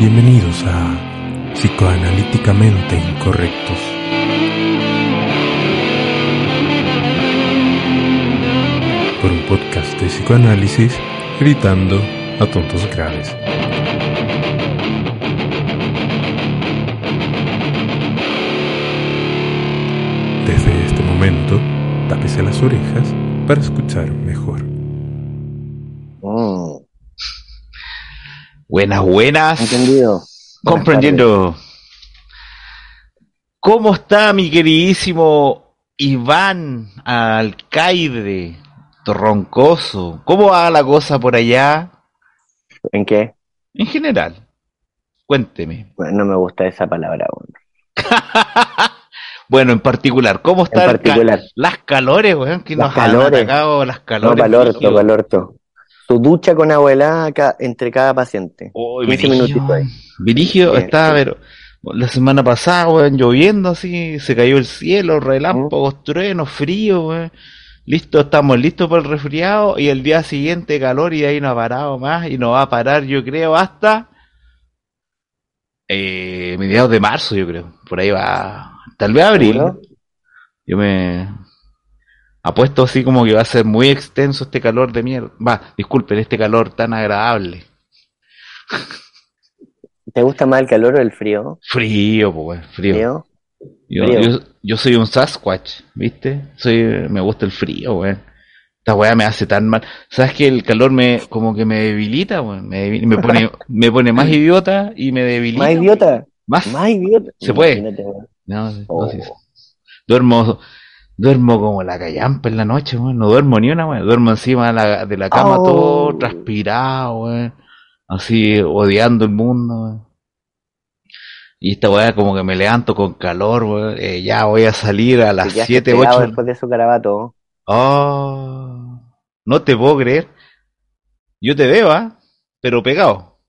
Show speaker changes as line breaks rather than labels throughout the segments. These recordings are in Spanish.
Bienvenidos a Psicoanalíticamente Incorrectos. Por un podcast de psicoanálisis, evitando a tontos graves. Desde este momento, tápese las orejas para escuchar mejor.
Mm,
Buenas, buenas.
entendido.
Comprendiendo. ¿Cómo está mi queridísimo Iván Alcaide Roncoso? ¿Cómo va la cosa por allá
¿En qué?
en general? Cuénteme.
Bueno, no me gusta esa palabra. weón.
bueno, en particular, ¿cómo están ca-
particular.
las calores, weón? Que
Las
nos han
calores.
atacado las
No,
calores.
palorto, palorto. Tu ducha con abuela ca- entre cada paciente.
Hoy,
15 minutitos ahí.
Virigio
Bien,
estaba,
bien.
pero la semana pasada, weón, lloviendo así, se cayó el cielo, relámpagos, truenos, frío, weón. Listo, estamos listos para el resfriado y el día siguiente calor y de ahí no ha parado más y no va a parar, yo creo, hasta eh, mediados de marzo, yo creo. Por ahí va, tal vez abril.
¿Seguro?
Yo me apuesto así como que va a ser muy extenso este calor de mierda. Va, disculpen, este calor tan agradable.
¿Te gusta más el calor o el frío?
Frío, pues, weón, frío.
¿Frío?
Yo,
Frío.
yo, yo soy un Sasquatch, ¿viste? Soy, me gusta el frío, weón. Esta weá me hace tan mal. ¿Sabes que el calor me como que me debilita, weón? Me, debil- me pone, me pone más idiota y me debilita.
¿Más idiota?
Más.
¿Más idiota?
Se puede.
Imagínate, weón.
No, no,
Oh.
sí, sí. Duermo, duermo como la callampa en la noche, weón. No duermo ni una, weón. Duermo encima de la, de la cama
Oh.
todo transpirado, weón. Así, odiando el mundo, weón. Y esta weá como que me levanto con calor, weón. Eh, ya voy a salir a
Te
las
quedaste
7,
pegado
8.
después de su carabato.
Oh, no te puedo creer. Yo te veo, ¿ah? Pero pegado.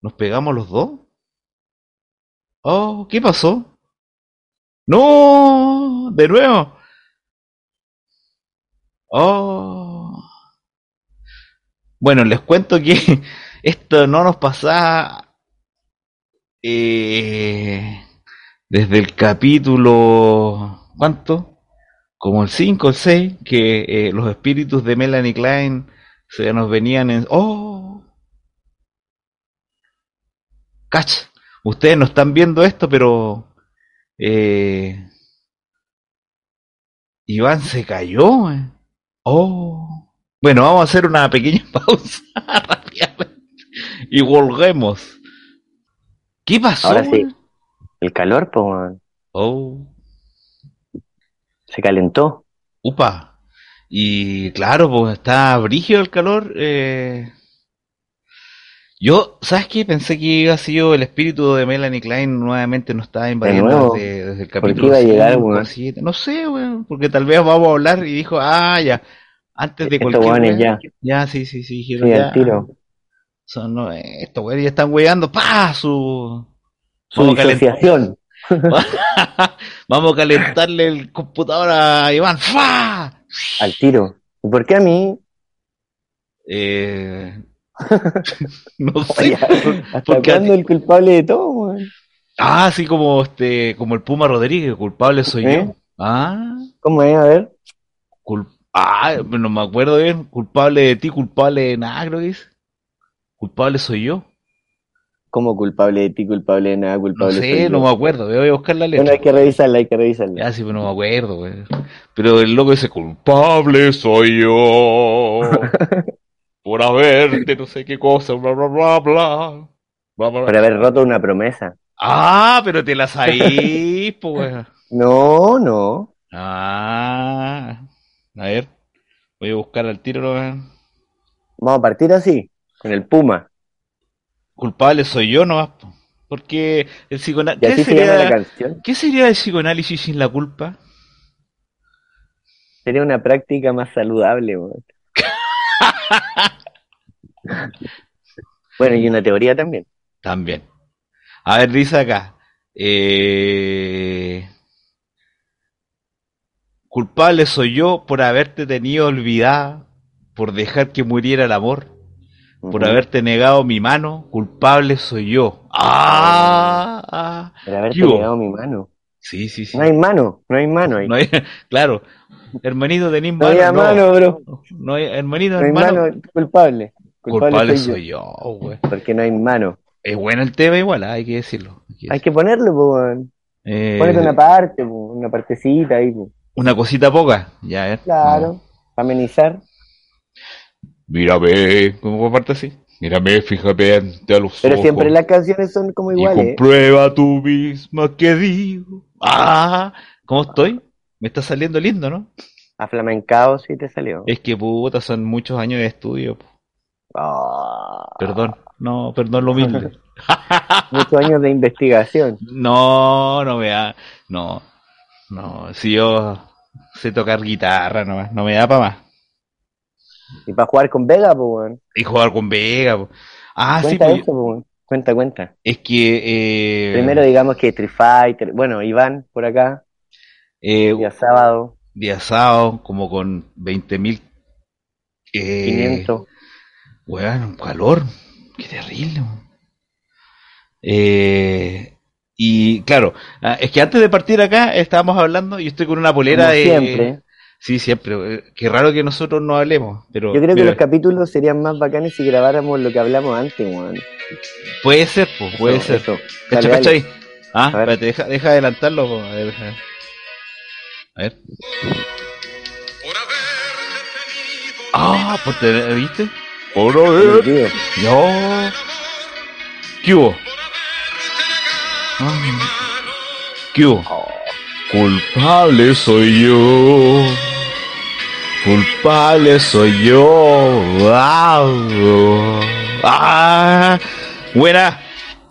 ¿Nos pegamos los dos? Oh, ¿qué pasó? No, de nuevo. Oh. Bueno, les cuento que esto no nos pasaba eh, desde el capítulo... ¿Cuánto? como el 5 el 6, que eh, los espíritus de Melanie Klein se nos venían en... ¡Oh! ¡Cach! Ustedes no están viendo esto, pero... eh, Iván se cayó. eh. ¡Oh! Bueno, vamos a hacer una pequeña pausa rápidamente y volvemos. ¿Qué pasó?
Ahora sí.
eh?
El calor, pues, weón.
¡Oh!
se calentó.
Upa. Y claro, pues está brígido el calor. eh. Yo, ¿sabes qué? Pensé que ha sido el espíritu de Melanie Klein nuevamente nos estaba invadiendo
nuevo?
desde, desde
¿Por
el
qué
capítulo
iba a llegar,
cinco,
weón?
siete. No sé, weón, porque tal vez vamos a hablar y dijo, ah, ya, antes de
Estos
cualquier
weones
weón,
ya.
ya, sí, sí, sí, dijeron,
Sí,
ya,
al tiro.
son, no, eh, estos weones ya están weyando, pa, su,
Su
vamos a calent-
disociación.
vamos a calentarle el computador a Iván, ¡fa!
Al tiro. ¿Y por qué a mí?
Eh, no sé.
Oye, ¿hasta
porque-
cuándo el culpable de todo, weón?
Ah, así como este, como el Puma Rodríguez, culpable soy
¿Eh?
yo. Ah,
¿Cómo es? A ver.
cul- ah, no me acuerdo bien. Culpable de ti, culpable de nada, creo que dice. Culpable soy yo.
¿Cómo culpable de ti, culpable de nada,
No
culpable soy
sé,
yo?
no me acuerdo. Voy a buscar la
Bueno,
letra.
hay que revisarla, hay que revisarla.
Ya, sí, pero no me acuerdo, güey. Pero el loco dice, culpable soy yo por haberte, no sé qué cosa, bla, bla, bla, bla. Bla, bla, bla.
Por haber roto una promesa.
Ah, pero te la sabís, pues, weón.
No, no.
Ah, a ver. Voy a buscar al tiro, weón.
Vamos a partir así, con el Puma.
Culpable soy yo nomás. po. Porque el psicoanálisis.
Y así
¿Qué
se llama la
sería,
canción.
¿Qué sería el psicoanálisis sin la culpa?
Sería una práctica más saludable, weón. Bueno, y una teoría también.
También. A ver, dice acá. eh, culpable soy yo por haberte tenido olvidada, por dejar que muriera el amor, por
Ujú.
haberte negado mi mano. Culpable soy yo. Ah, ah.
Por haberte
Yo.
negado mi mano.
Sí, sí, sí.
No hay mano, no hay mano ahí.
No hay- claro, hermanito tenés
No
mano,
había
no.
mano, bro.
No hay- hermanito,
No hay
hermano,
mano, culpable.
culpable,
Culpable, soy,
soy yo, güey.
yo. Porque no hay mano.
Es bueno el tema igual, ah, hay que decirlo. hay que
Hay que ponerlo, po, weón.
decirlo. Eh,
Ponete una parte, po, una partecita ahí, po.
una cosita poca, ya, a ver.
Claro.
Ah.
Para amenizar.
Mírame, ¿cómo parte así? Mírame, fíjate ante los
Pero
ojos
siempre las canciones son como
y
iguales. ¿eh?
comprueba tú misma que digo. Ah, ¿cómo estoy? Me está saliendo lindo, ¿no?
Aflamencado sí te salió.
Es que puta, son muchos años de estudio. po.
Ah,
Perdón, no, perdón lo humilde.
muchos años de investigación.
No, no me da, no, no, si yo sé tocar guitarra nomás, no me da para más.
Y para jugar con Vega, po, weón.
Y jugar con Vega. po. Ah, sí,
Cuenta
pues,
eso, po, weón. Cuenta, cuenta.
es que eh,
Primero digamos que Street Fighter, bueno, Iván por acá,
eh,
día sábado,
de asado, como con 20.000 mil... eh,
500.
Weón, un calor, qué terrible. weón. Eh, y claro, ah, es que antes de partir acá estábamos hablando y estoy con una polera
Como
de...
siempre.
Sí, siempre. eh, Qué raro que nosotros no hablemos, pero
Yo creo que
pero
los capítulos serían más bacanes si grabáramos lo que hablamos antes, weón.
puede ser, pues, puede
Eso,
ser.
eso.
Cacha,
Dale,
cacha
dale.
ahí.
A
Ah,
ver.
espérate, deja, deja adelantarlo. po, A ver, deja- a ver. Ah, por tener, ¿viste? Por
Sí, tío.
No. ¿Qué hubo? Ah. ¿Qué hubo? Culpable soy yo. Culpable soy yo. Ah, ah. buena.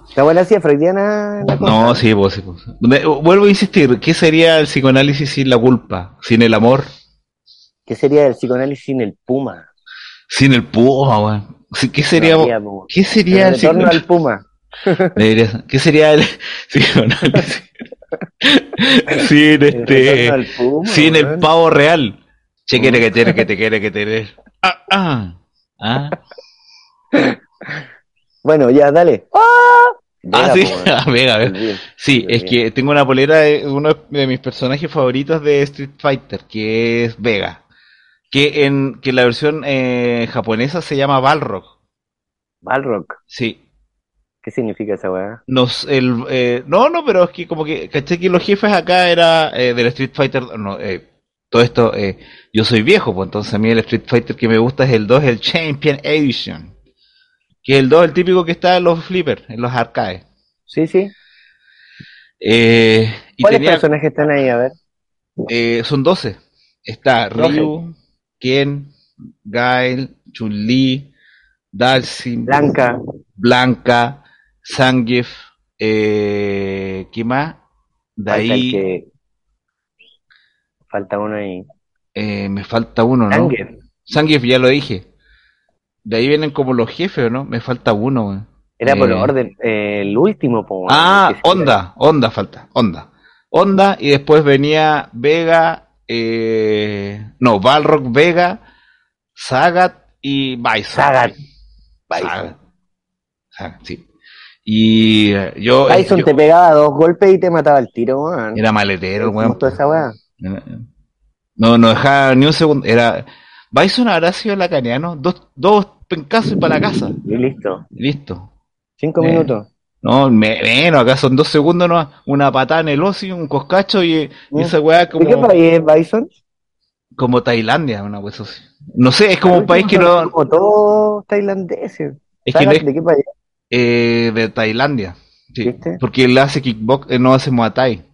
Está buena sí, freudiana la cosa.
No, sí, vos, sí, vos. Me- Vuelvo a insistir, ¿qué sería el psicoanálisis sin la culpa? Sin el amor,
¿Qué sería el psicoanálisis sin el Puma?
sin el puma, weón. Sí, ¿Qué sería,
No habría, po.
¿qué sería
El
el
retorno
psicoanálisis?
al Puma.
Debería ser- ¿Qué sería el psicoanálisis? sin
El retorno
este.
al Puma,
Sin el
weón.
pavo real. Che, quiere que te que te quiere que te Ah, ah. Ah,
Bueno, ya, dale.
ah
Vega,
sí.
po, weón.
Ah, venga, venga. Sí,
Muy
es
bien.
que tengo una polera de uno de mis personajes favoritos de Street Fighter, que es Vega. Que en que en la versión eh, japonesa se llama Balrog.
Balrock.
Sí.
¿Qué significa esa weá?
Nos, el, eh, no, no, pero es que como que caché que los jefes acá era eh, del Street Fighter. No, eh, todo esto, eh, yo soy viejo, pues entonces a mí el Street Fighter que me gusta es el 2, el Champion Edition. Que el 2 el típico que está en los flippers, en los arcades.
Sí, sí.
Eh, y
¿Cuáles
tenía-
personajes están ahí? A ver.
Eh, son 12. Está
Doce.
Ryu, Ken, Gail, Chun-Li, Dalsim,
Blanca.
Blanca, Zangief, eh, ¿qué más? De
Falta el
ahí
que... Falta uno ahí.
eh, me falta uno, ¿no?
Langer.
Zangief, ya lo dije. De ahí vienen como los jefes, ¿o ¿no? Me falta uno, weón.
Era por
Eh.
orden. eh, el último, po, weón.
Ah,
Que se-
Onda, Onda falta, Onda. Onda y después venía Vega, eh, no, Balrog, Vega, Sagat y Bison.
Sagat. Bison.
Sagat. Sagat, sí. Y eh, yo, eh,
Tyson
yo
te pegaba dos golpes y te mataba el tiro, weón.
era maletero,
¿Cómo
weón.
toda esa weá?
No, no dejaba ni un segundo. Era Bison habrá sido lacaniano, dos, dos pencazos y para la casa.
Y listo.
Listo.
Cinco
Eh.
minutos.
No, me- menos, acá son dos segundos, ¿no? una patada en el ocio, un coscacho y, y esa weá
¿De qué
como,
país es Bison?
como Tailandia, una weá así. No sé, es como
Ah,
un país que
Son
no...
Como todos tailandeses.
Es que no
¿Sabes
es
¿De qué país?
eh, de Tailandia, sí,
¿Viste?
eh, porque él hace kickbox, él no hace Muay Thai.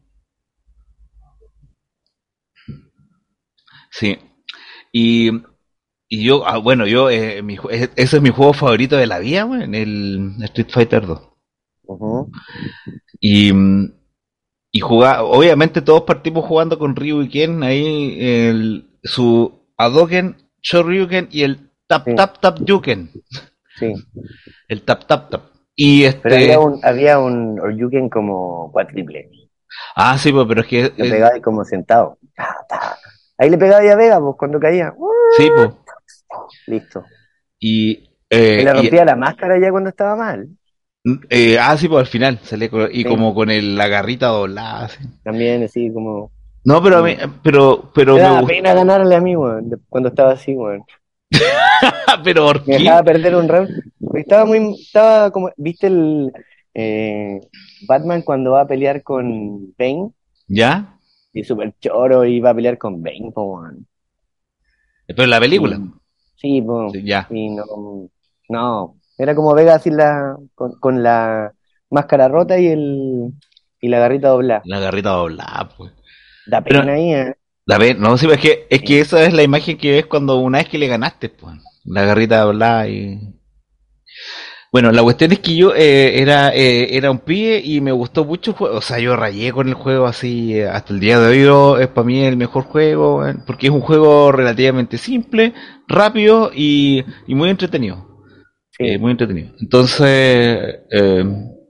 Sí. Y, y yo, ah, bueno, yo, eh, mi ju- eh, ese es mi juego favorito de la vida, weón, el Street Fighter 2.
Ujú.
Y, mm, y jugaba, obviamente todos partimos jugando con Ryu y Ken, ahí el, su Adoken, Shoryuken y el Tap
Sí.
Tap Tap Yuken.
Sí.
El Tap Tap Tap. Y
Pero
este...
había un, había un Oryuken como cuatriple.
Ah, sí, pues, pero es que...
Le
eh,
pegaba ahí como sentado. Ta, ta. Ahí le pegaba ahí a Vega, pues, cuando caía. Uh,
sí, pues.
Listo.
Y... eh,
Y le
y-
rompía la máscara ya cuando estaba mal.
eh, ah, sí, pues al final salía con-
Sí.
y como con el, la garrita doblada. así.
También así como...
No, pero a mí, pero, pero
Me
me
daba
gustó.
pena ganarle a mí, weón, de- cuando estaba así, weón.
pero ¿por
Me
qué?
dejaba perder un round. Porque Estaba muy... Estaba como... ¿Viste el... eh, Batman cuando va a pelear con Bane?
¿Ya?
Y super choro y va a pelear con Bane, po, weón.
Pero la película.
Sí, po.
Sí, ya.
Y no... No. Era como Vega así la, con, con la máscara rota y el... Y la garrita doblada.
La garrita doblada, pues.
Da
Pero-
pena ahí, ¿eh?
La ve, no, sí, pero es que, es que esa es la imagen que ves cuando una vez que le ganaste, pues. La garrita doblada y. Bueno, la cuestión es que yo eh, era, eh, era un pibe y me gustó mucho el juego. O sea, yo rayé con el juego así eh, hasta el día de hoy. yo, es para mí el mejor juego, weón, porque es un juego relativamente simple, rápido y, y muy entretenido.
Sí.
Eh, muy entretenido. Entonces,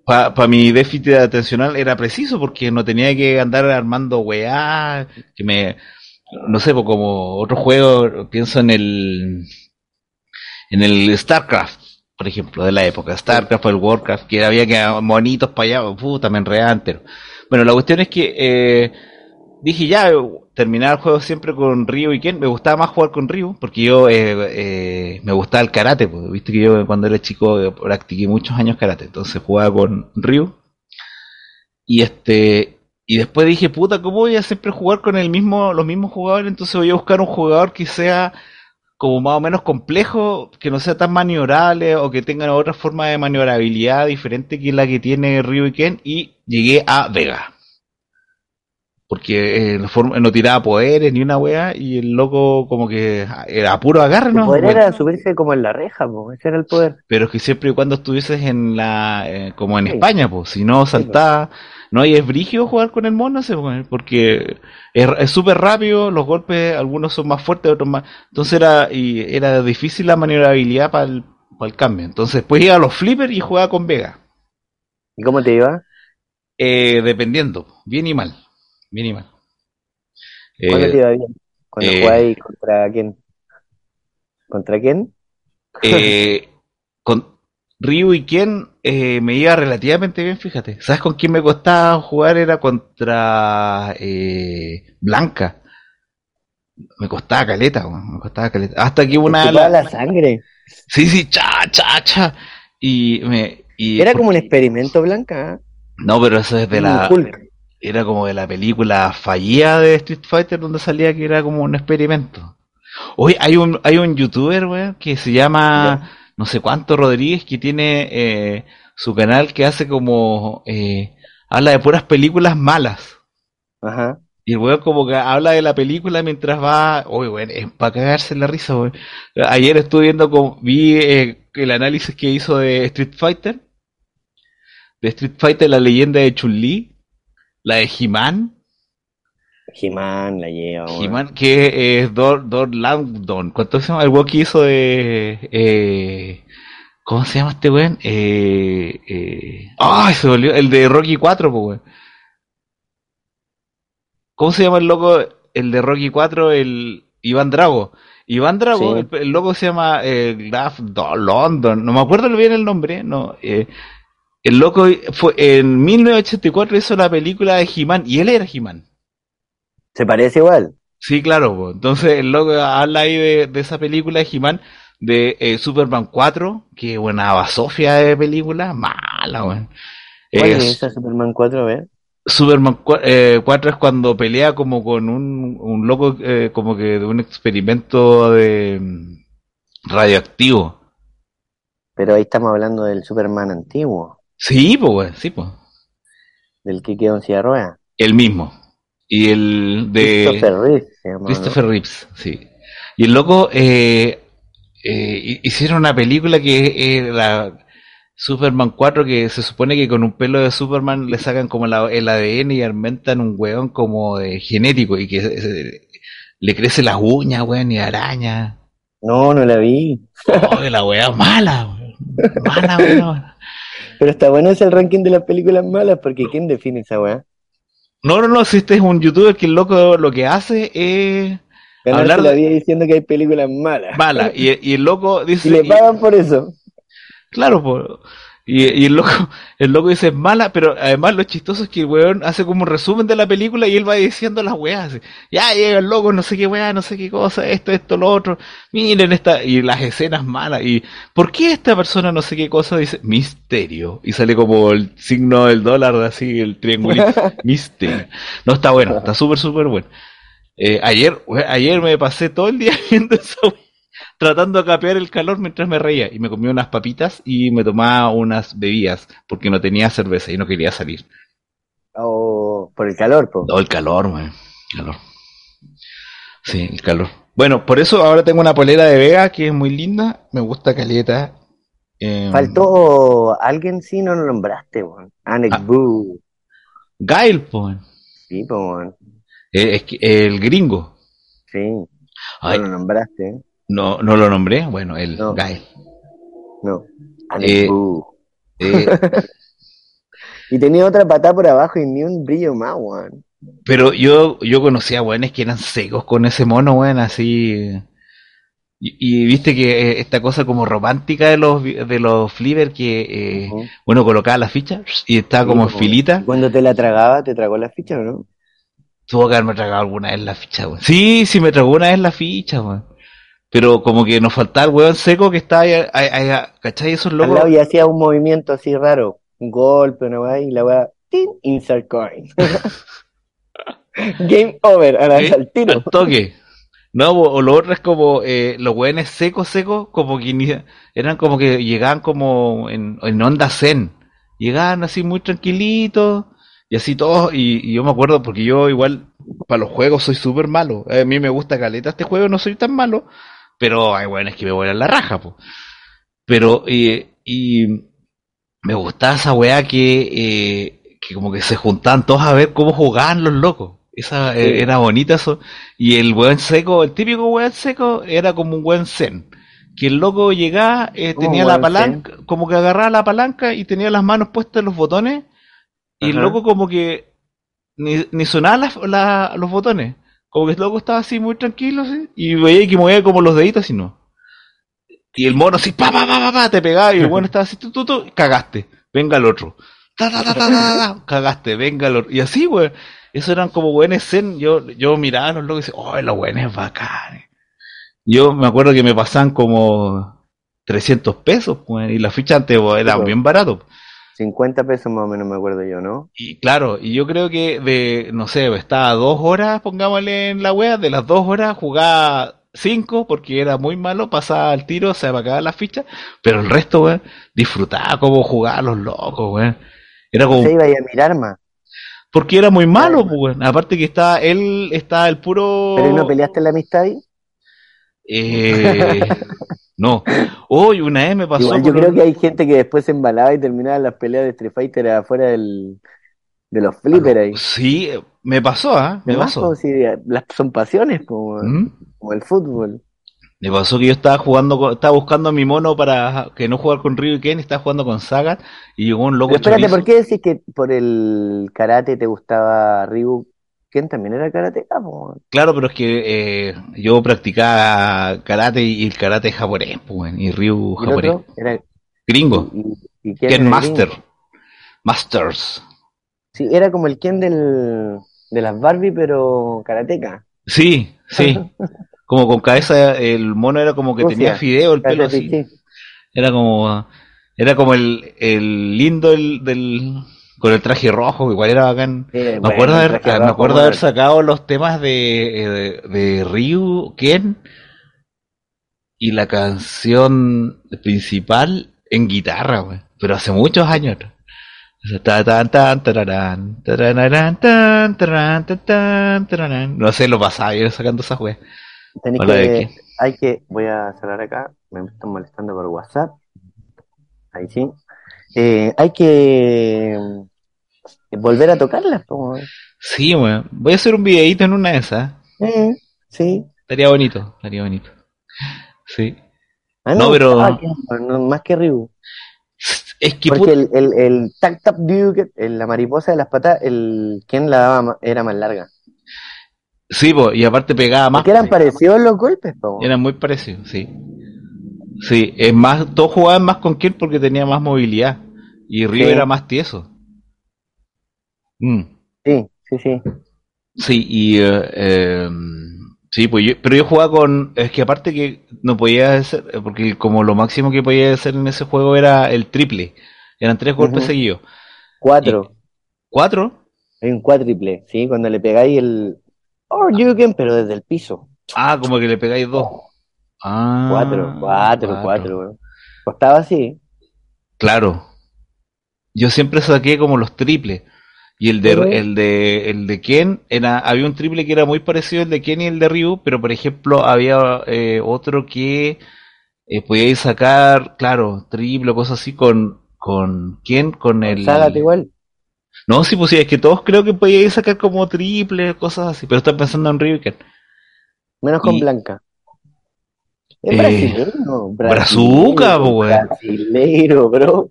para mi déficit atencional era preciso porque no tenía que andar armando weá, que me, no sé, pues como otro juego, pienso en el, en el StarCraft, por ejemplo, de la época, StarCraft o el WarCraft, que había que monitos para allá, puta, me enredaba entero. Bueno, la cuestión es que eh, dije ya, eh, terminaba el juego siempre con Ryu y Ken. Me gustaba más jugar con Ryu, porque yo eh, eh, me gustaba el karate. pues, Viste que yo cuando era chico eh, practiqué muchos años karate, entonces jugaba con Ryu. Y este y después dije, puta, ¿cómo voy a siempre jugar con el mismo, los mismos jugadores? Entonces voy a buscar un jugador que sea como más o menos complejo, que no sea tan maniobrable o que tenga otra forma de maniobrabilidad diferente que la que tiene Ryu y Ken. Y llegué a Vega porque eh, no form- no tiraba poderes ni una wea y el loco como que a- era puro agarre,
Su
¿no?
poder
Bueno,
era subirse como en la reja, po. Ese era el poder.
pero es que siempre y cuando estuvieses en la eh, como en
Sí.
España, pues, si no saltaba, no y es brígido jugar con el mono ese, weón, porque es es súper rápido, los golpes algunos son más fuertes, otros más. Entonces era y era difícil la maniobrabilidad para el, para el cambio. Entonces después iba a los flippers y jugaba con Vega.
¿Y cómo te iba?
Eh, dependiendo, bien y mal. Bien y mal.
¿Cuándo
Eh,
te iba bien? ¿Cuando
eh,
jugáis contra quién? ¿Contra quién?
Eh, con Ryu y Ken eh, me iba relativamente bien, fíjate. ¿Sabes con quién me costaba jugar? Era contra eh, Blanca. Me costaba caleta, weón, me costaba caleta. Hasta que una
Te chupaba la sangre.
Sí, sí, cha, cha, cha. Y me... Y
Era como un experimento blanca. ¿eh?
No, pero eso es de
Como un
la...
Hulk.
Era como de la película fallida de Street Fighter donde salía que era como un experimento. Hoy hay un, hay un youtuber, weón, que se llama no sé cuánto Rodríguez, que tiene eh, su canal que hace como... eh, habla de puras películas malas.
Ajá.
Y el weón como que habla de la película mientras va... Uy, weón, es para cagarse la risa, weón. Ayer estuve viendo, como, vi eh, el análisis que hizo de Street Fighter. De Street Fighter, la leyenda de Chun-Li. La de He-Man.
He-Man la lleva. weón.
He-Man, que es Dor, Dor Langdon. ¿Cuánto se llama? El weón que hizo de. eh, ¿Cómo se llama este weón? Eh, eh, ¡Ay! se volvió. El de Rocky 4, pues weón. ¿Cómo se llama el loco? El de Rocky 4, el. Iván Drago. Iván Drago,
Sí.
el, el loco se llama eh, Graf Do- London. No me acuerdo bien el nombre, no. eh, el loco fue en 1984 hizo la película de He-Man y él era He-Man.
Se parece igual.
Sí, claro, po. Entonces el loco habla ahí de, de esa película de He-Man, de eh, Superman 4, que buena basofia de película, mala, weón.
¿Cuál
Eh,
es esa Superman 4? A ver.
Superman 4, es cuando pelea como con un, un loco, eh, como que de un experimento de mm, radioactivo.
Pero ahí estamos hablando del Superman antiguo.
Sí, pues, weón, sí, pues.
Del que quedó en silla de ruedas.
El mismo. Y el de...
Christopher Reeve. se llama.
Christopher Reeves, sí. Y el loco eh, eh, hi- hicieron una película que era Superman 4 que se supone que con un pelo de Superman le sacan como la- el ADN y aumentan un weón como de genético y que se- se- le crece las uñas, weón, y araña.
¿no? no, no la vi.
Oh, la weá mala, weón. Mala, weón.
Pero está bueno ese el ranking de las películas malas, porque ¿quién define esa weá?
No, no, no, si este es un youtuber que el loco lo que hace es
Ganarse
Hablar
la
de-
vida diciendo que hay películas malas.
mala. Y, y el loco dice...
Y le
y-
pagan por eso.
Claro, po. Y, y el loco, el loco dice es mala, pero además lo chistoso es que el weón hace como un resumen de la película y él va diciendo las weas. así, ya llega el loco, no sé qué wea, no sé qué cosa, esto, esto, lo otro. Miren esta, y las escenas malas. Y ¿por qué esta persona no sé qué cosa dice misterio? Y sale como el signo del dólar, así, el triangulito. misterio. No, está bueno, está súper, súper bueno. Eh, ayer, we- ayer me pasé todo el día viendo esa wea tratando de capear el calor mientras me reía y me comía unas papitas y me tomaba unas bebidas porque no tenía cerveza y no quería salir.
O por el calor, po.
No, el calor, man. Calor. Sí, el calor. Bueno, por eso ahora tengo una polera de Vega que es muy linda, me gusta caleta. Eh,
Faltó alguien, sí, no lo nombraste, weón. Anex
Ah.
Boo.
Gail, po, man.
Sí, po, weón.
Eh, es que- el gringo.
Sí, no
Ay,
lo nombraste, ¿eh?
no, no lo nombré. Bueno, el
No.
Gail.
No. Anex
Eh.
Boo.
Eh,
Y tenía otra patada por abajo y ni un brillo más, weón.
Pero yo, yo conocía weones que eran secos con ese mono, weón, así. Y, y viste que eh, esta cosa como romántica de los vi- de los flipper que eh,
Ujú.
bueno colocaba las fichas y estaba Ah, como en
Sí, pues, po.
filita.
Cuando te la tragaba, te tragó la ficha, ¿o no?
Tuvo que haberme tragado alguna vez la ficha, weón. Sí, sí me tragó una vez la ficha, weón. Pero como que nos faltaba el weón seco que estaba ahí, ahí- ahí, ¿cachai? Esos
Al
locos.
lado y hacía un movimiento así raro. Un golpe, una weá, y la weá. ¡Tin! Insert coin. Game over. Ahora
¿Eh?
es al tiro.
Al toque. No, o o lo otro es como eh, los hueones secos, secos, como que ni- eran como que llegaban como en, en onda zen. Llegaban así muy tranquilitos y así todos. Y, y yo me acuerdo porque yo igual para los juegos soy súper malo. Eh, A mí me gusta caleta este juego, no soy tan malo. Pero hay hueones que me vuelan la raja, po. Pero, eh, y me gustaba esa weá que, eh, que como que se juntaban todos a ver cómo jugaban los locos. Esa eh,
Sí.
era bonita eso. Y el weón seco, el típico weón seco, era como un weón zen. Que el loco llegaba, eh,
¿Cómo
tenía
un
la
weón
palanca, como que agarraba la palanca y tenía las manos puestas en los botones. Y el
Ajá.
loco como que ni, ni sonaba las- la- los botones. Como que el loco estaba así muy tranquilo, así, y veía que movía como los deditos y no. Y el mono así, pa, pa, pa, pa, pa, te pegaba, y el bueno estaba así, tu, tu, tu, cagaste, venga el otro. Ta, ta, ta, ta, ta, ta, ta, cagaste, venga el otro. Y así, güey. Eso eran como buenos zen. Yo, yo miraba a los locos y decía, oh, los buenos bacanes. Yo me acuerdo que me pasaban como 300 pesos, güey, y la ficha antes güey, era
Claro.
bien barato.
50 pesos más o menos, me acuerdo yo, ¿no?
Y claro, y yo creo que de, no sé, estaba dos horas, pongámosle en la wea, de las dos horas jugaba cinco porque era muy malo, pasaba el tiro, se me acababa la ficha, pero el resto, weón, disfrutaba como jugaba los locos, weón. Era como,
Se iba a ir a mirar más.
porque era muy malo, pues, weón. Aparte que estaba él, estaba el puro...
Pero ¿y no peleaste la amistad ahí.
Eh, no. Hoy una vez me pasó
Igual yo
con
creo
un-
que hay gente que después se embalaba y terminaba las peleas de Street Fighter afuera del, de los
Ah,
flippers ahí.
Sí, me pasó, ¿ah? Me
Además,
pasó.
pues, sí, las, son pasiones, como,
¿Mm?
como el fútbol.
Me pasó que yo estaba jugando, con- estaba buscando a mi mono para que no jugar con Ryu y Ken, estaba jugando con Sagat y llegó un loco
Pero espérate,
chorizo.
¿por qué decís que por el karate te gustaba Ryu? ¿Quién también era karateca? po?
Claro, pero es que eh, yo practicaba karate y el karate es japonés, pues, weón, y Ryu
¿Y el
japonés.
otro? Era,
Gringo,
y, y- y quién
Ken
era
Master,
gringo?
Masters.
Sí, era como el Ken del, de las Barbie, pero karateca.
Sí, sí. Como con cabeza, el mono era como que
Rusia.
tenía fideo, el pelo
Karate,
así.
sí.
Era como, era como el, el lindo del, del- con el traje rojo, igual era bacán.
Sí,
Me
bueno,
acuerdo,
el
haber,
traje
ah, me
rojo,
acuerdo
bueno.
haber sacado los temas de, de, de Ryu, Ken y la canción principal en guitarra, güey. Pero hace muchos años. Ta, tan, tan, tararán, tararán, tan, tararán, tan, tan, tararán. No sé, lo pasaba yo sacando esa wea.
Tenéis
Hola,
que,
Becky.
hay que, voy a cerrar acá, me están molestando por WhatsApp. Ahí sí. Eh, hay que mm, volver a tocarlas, po, eh. weón.
Sí, weón. Voy a hacer un videito en una de esas.
Eh, sí.
Estaría bonito, estaría bonito. Sí.
Ah,
No, pero-
ah, que- no, más que Ryu.
Es que
Porque
put-
el, el, el tac tap duke, el- la mariposa de las patas, el quien la daba ma- era más larga.
Sí, po, y aparte pegaba más.
Porque eran
po.
parecidos los golpes, po.
Eran muy parecidos, sí. Sí, es más, todos jugaban más con Kirk porque tenía más movilidad. Y Ryu
Sí.
era más tieso. Mm,
Sí, sí, sí.
Sí, y. eh, eh, sí, pues yo- pero yo jugaba con. Es que aparte que no podía hacer. eh, Porque como lo máximo que podía hacer en ese juego era el triple. Eran tres golpes
Ujú.
seguidos.
Cuatro.
¿Cuatro?
Hay un cuádruple, ¿sí? Cuando le pegáis el. Oh, Yugen, pero desde el piso.
Ah, como que le pegáis dos. Ah,
Cuatro, cuatro, cuatro, weón. Costaba así.
Claro. Yo siempre saqué como los triples. Y el de,
Ujú.
el de, el de Ken, era, había un triple que era muy parecido al de Ken y el de Ryu, pero por ejemplo había eh, otro que eh, podíais sacar, claro, triple o cosas así con, con Ken, con el...
Ságate igual.
No, sí, pues sí, es que todos creo que podíais sacar como triple, cosas así, pero está pensando en Ryu y Ken.
Menos con
Y-
Blanca. Es
Eh,
brasileño, brasileño.
brazuca, po, weón.
Brasileiro, bro.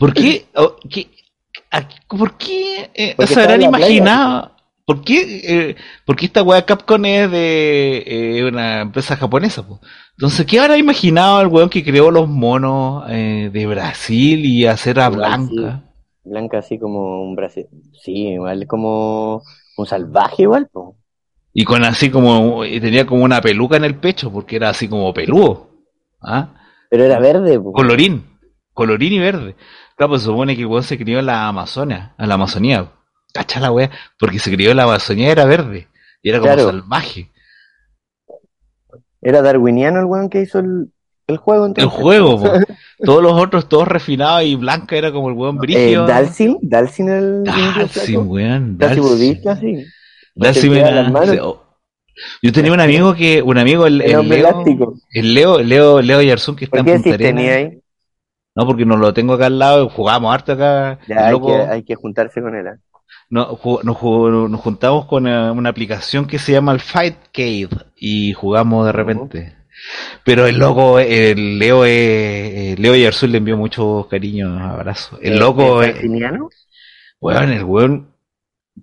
¿Por qué? o- qué- a- ¿Por qué eh,
Porque
se
está
habrán
en la playa,
imaginado? ¿Por qué, eh, porque esta weá Capcom es de eh, una empresa japonesa? po? Entonces, ¿qué habrá imaginado el weón que creó los monos eh, de Brasil y hacer a
Igual sí.
Blanca?
Blanca así como un brasileño. Sí, igual como un salvaje igual, po.
Y con así como, y tenía como una peluca en el pecho, porque era así como peludo. ¿ah?
Pero era verde, po.
Colorín, colorín y verde. Claro, pues se supone que el weón se crió en la Amazonia, en la Amazonía. Cacha la weá, porque se crió en la Amazonía era verde. Y era como
Claro.
salvaje.
Era darwiniano el weón que hizo el, el juego.
El
entonces.
juego, po. todos los otros, todos refinados y blanca era como el weón
Eh,
brígido. Ah,
Dalsin, Dalsin el indio
Dalsim,
flaco. Dalsin
weón. Dalsim.
budista, sí.
Dalsim
Te
era.
quedan las manos.
se- oh. Yo tenía un amigo que, un amigo, el,
El
el
hombre
Leo,
elástico.
el Leo, Leo, Leo Yarzún, que está
¿Por
en
qué
Punta
decís tenía
Arenas.
ahí?
No, porque no lo tengo acá al lado, jugábamos harto acá.
Ya,
el
hay,
loco-
que, hay que juntarse con él. ¿eh?
No, ju- nos, ju- nos juntamos con eh, una aplicación que se llama el Fight Cave y jugamos
Oh.
de repente. Pero el loco, el Leo, eh, eh, Leo Yersul le envió muchos cariños, abrazos. El
¿Es-
loco,
¿Es
eh,
dalsiniano?
weón, el weón,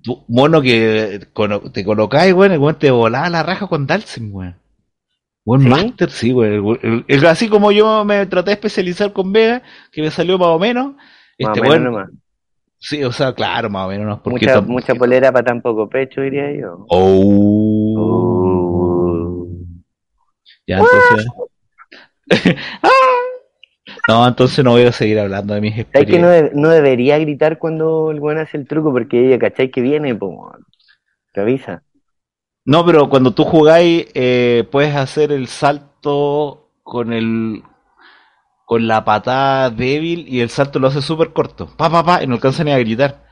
tu- mono que cono- te colocáis, weón, el weón te volaba la raja con Dalsim, weón. Weón
¿Sí?
Master, sí, weón. el weón- el- el- así como yo me traté de especializar con Vega, que me salió más o menos,
Más
este
o menos
weón,
nomás.
sí, o sea, claro, más o menos, no, porque
Mucha,
tam-
mucha polera para tan poco pecho, diría yo.
Uh. Oh. Ya, entonces. Ah. no, entonces no voy a seguir hablando de mis
¿Sabes que no,
experiencias.
de- no debería gritar cuando el weón hace el truco? Porque ella, ¿cachai? Que viene, po. Te avisa.
No, pero cuando tú jugáis, eh, puedes hacer el salto con el. con la patada débil y el salto lo hace súper corto. Pa, pa, pa, y no alcanza ni a gritar.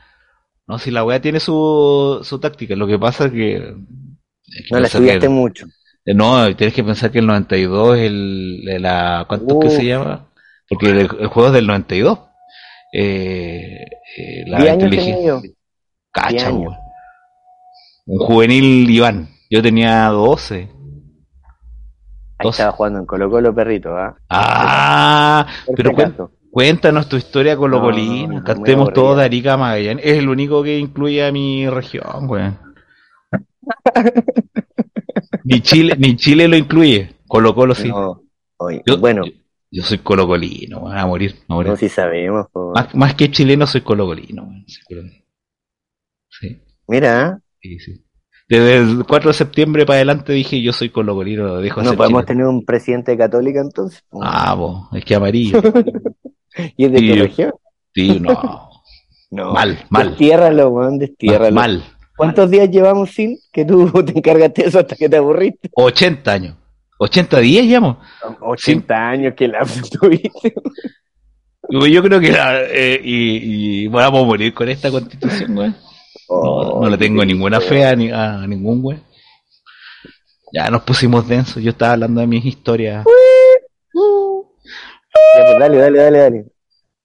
No, si la weá tiene su, su táctica, lo que pasa es que. es que
No la
pensar que-
estudiaste mucho.
Eh, No, y tienes que pensar que el 92 es el, de la, ¿cuánto es que se
Uf.
llama? Porque el, el juego es del 92. Eh, eh, la
Diez años
inteligencia.
tenía yo. Diez
Cacha,
años.
weón. Un juvenil Iván. Yo tenía 12.
Ahí estaba jugando en Colo Colo Perrito, ¿ah?
Ah,
Por
pero
si
cuen-
acaso.
cuéntanos tu historia con los
No,
bolines.
no, muy
Cantemos
aburrida.
todos de Arica a Magallanes. Es el único que incluye a mi región, weón. ni Chile, ni Chile lo incluye. Colo Colo sí.
No. Oye,
Yo-
bueno,
yo, yo soy colocolino, weón, a morir, a morir.
no si sabemos, po.
Más, más que chileno soy colocolino, weón, soy colocolino. Sí,
Mira, ¿eh?
sí, sí. Desde el 4 de septiembre para adelante dije yo soy colocolino, lo dejo de
no
ser
podemos
chileno.
tener un presidente católico entonces. po.
Ah, vos, es que amarillo.
¿Y es de tu
y-
región?
Sí, no.
No.
Mal, mal.
Destiérralo, weón,
Mal,
destiérralo.
mal.
¿Cuántos días llevamos sin que tú te encargaste de eso hasta que te aburriste?
80 años. 80 días, llamo.
80 años que la tuviste.
Yo creo que la, eh, y, y bueno, vamos a morir con esta constitución, güey. No,
Oh,
no le tengo ninguna fe a, ni- a ningún güey. Ya nos pusimos densos. Yo estaba hablando de mis
Ya,
historias.
pues, dale, dale, dale, dale.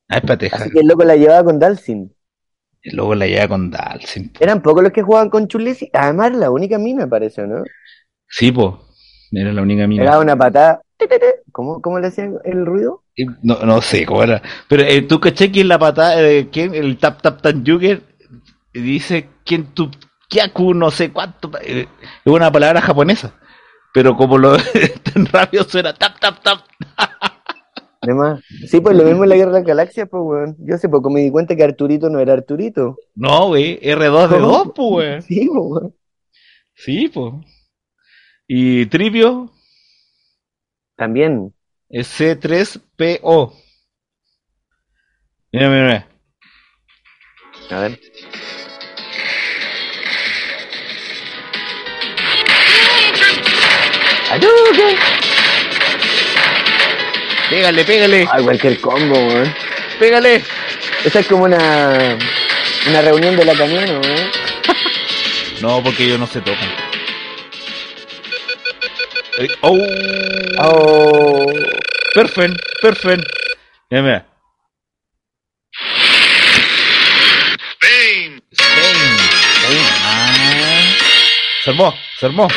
Ah, espérate, ja,
Así que el loco la llevaba con Dalsin.
el lobo la lleva con Dalsin. po.
Eran pocos los que jugaban con Chulesi. Además, la única mina, parece, ¿no?
Sí, po. Era la única mina.
Era una patada. Te, te, te. ¿Cómo, cómo le hacían el ruido?
Eh, No, no sé cómo era. Pero eh, tú caché que en la patada, eh, ¿quién? el tap tap tan yuger dice quien tu kyaku no sé cuánto. eh, es una palabra japonesa. Pero como lo tan rápido suena tap tap tap.
Además, sí, pues lo mismo en la Guerra de las Galaxias, pues, weón. Yo hace poco me di cuenta que Arturito no era Arturito.
No, güey, R2 de 2, pues, güey.
Sí, pues, weón.
Sí, pues. Y Trivio
También.
es C3PO. Mira, mira, mira.
A ver. ¡Ayúdame!
Pégale, pégale,
Ay, cualquier combo, weón.
pégale.
Esa es como una, una reunión de la camino, weón.
No, porque ellos no se tocan. Eh, ¡Oh!
Oh.
Perfect, perfect. Mira, mira.
Spain,
Bang, bang. Ah. Se armó, se armó.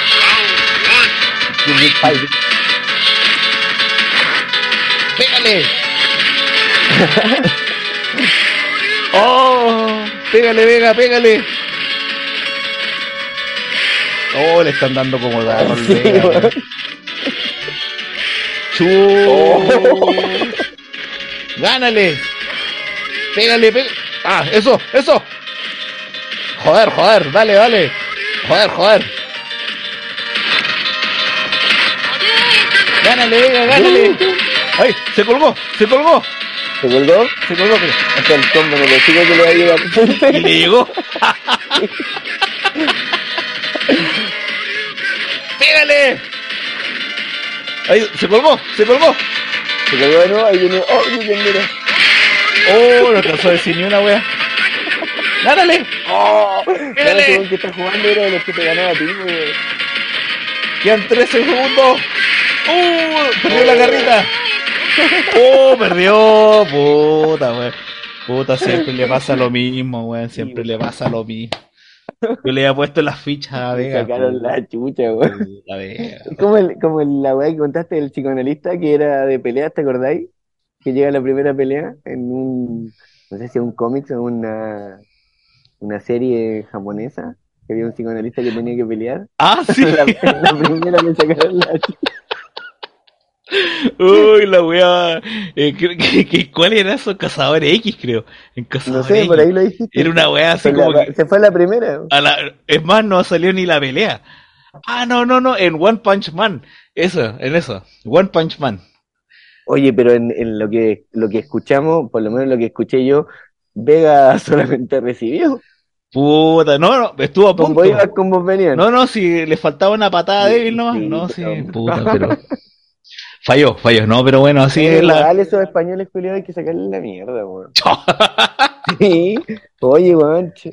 round one.
¡Pégale! ¡Oh! ¡Pégale, Vega, pégale! ¡Oh, le están dando como dar al
Sí,
Vega,
weón.
weón. ¡Chu! Oh. ¡Gánale! ¡Pégale, pégale! ¡Ah, eso, eso! ¡Joder, joder! ¡Dale, dale! ¡Joder, joder! ¡Gánale, Vega, gánale! ¡Ay, se colgó, se colgó!
¿Se colgó?
Se colgó, pero...
Hasta el combo de los chicos que le va a llegar.
Y le llegó. ¡Pégale! Ahí, se colgó, se colgó.
Se colgó de nuevo, ahí viene. ¡Oh, miren, mira!
Oh, no alcanzó a decir ni una wea. ¡Gánale! ¡Oh!
Claro, ese
¡Pégale!
weón que está jugando era de los que te ganaba a ti, weón.
Quedan 13 segundos. ¡Uh! Perdió la garrita. ¡Oh! Perdió. Puta, wea. Puta, siempre le pasa lo mismo, wea. Siempre le pasa lo mismo. Yo le había puesto las fichas a
Me
Vega.
sacaron
puta,
la chucha, weón.
puta, Vega.
Es Ah, pues. Como, el, como el- la weá que contaste del psicoanalista que era de peleas, ¿te acordáis? Que llega a la primera pelea en un, no sé si un cómic o una, una serie japonesa, que había un psicoanalista que tenía que pelear.
Ah, sí.
La, la primera que sacaron la
Uy, la wea. eh, creo que, que- ¿Cuál era eso? Cazador X, creo. En Cazador
No sé,
X.
por ahí lo dijiste.
Era una wea así
Fue
como
la-
que.
Se fue la primera.
a la- es más, no salió ni la pelea. Ah, no, no, no, en One Punch Man. Eso, en eso. One Punch Man.
Oye, pero en, en lo que lo que escuchamos, por lo menos lo que escuché yo, Vega solamente recibió.
Puta, no, no, estuvo a
Con
punto.
vos ibas, con vos venían.
No, no, si le faltaba una patada
Sí,
débil nomás.
sí,
No, sí,
pero-
puta, pero. Falló, falló, no, pero bueno, así
Oye,
es la.
dale, esos españoles culiados hay que sacarle la mierda, weón. Sí. Oye, weón, che,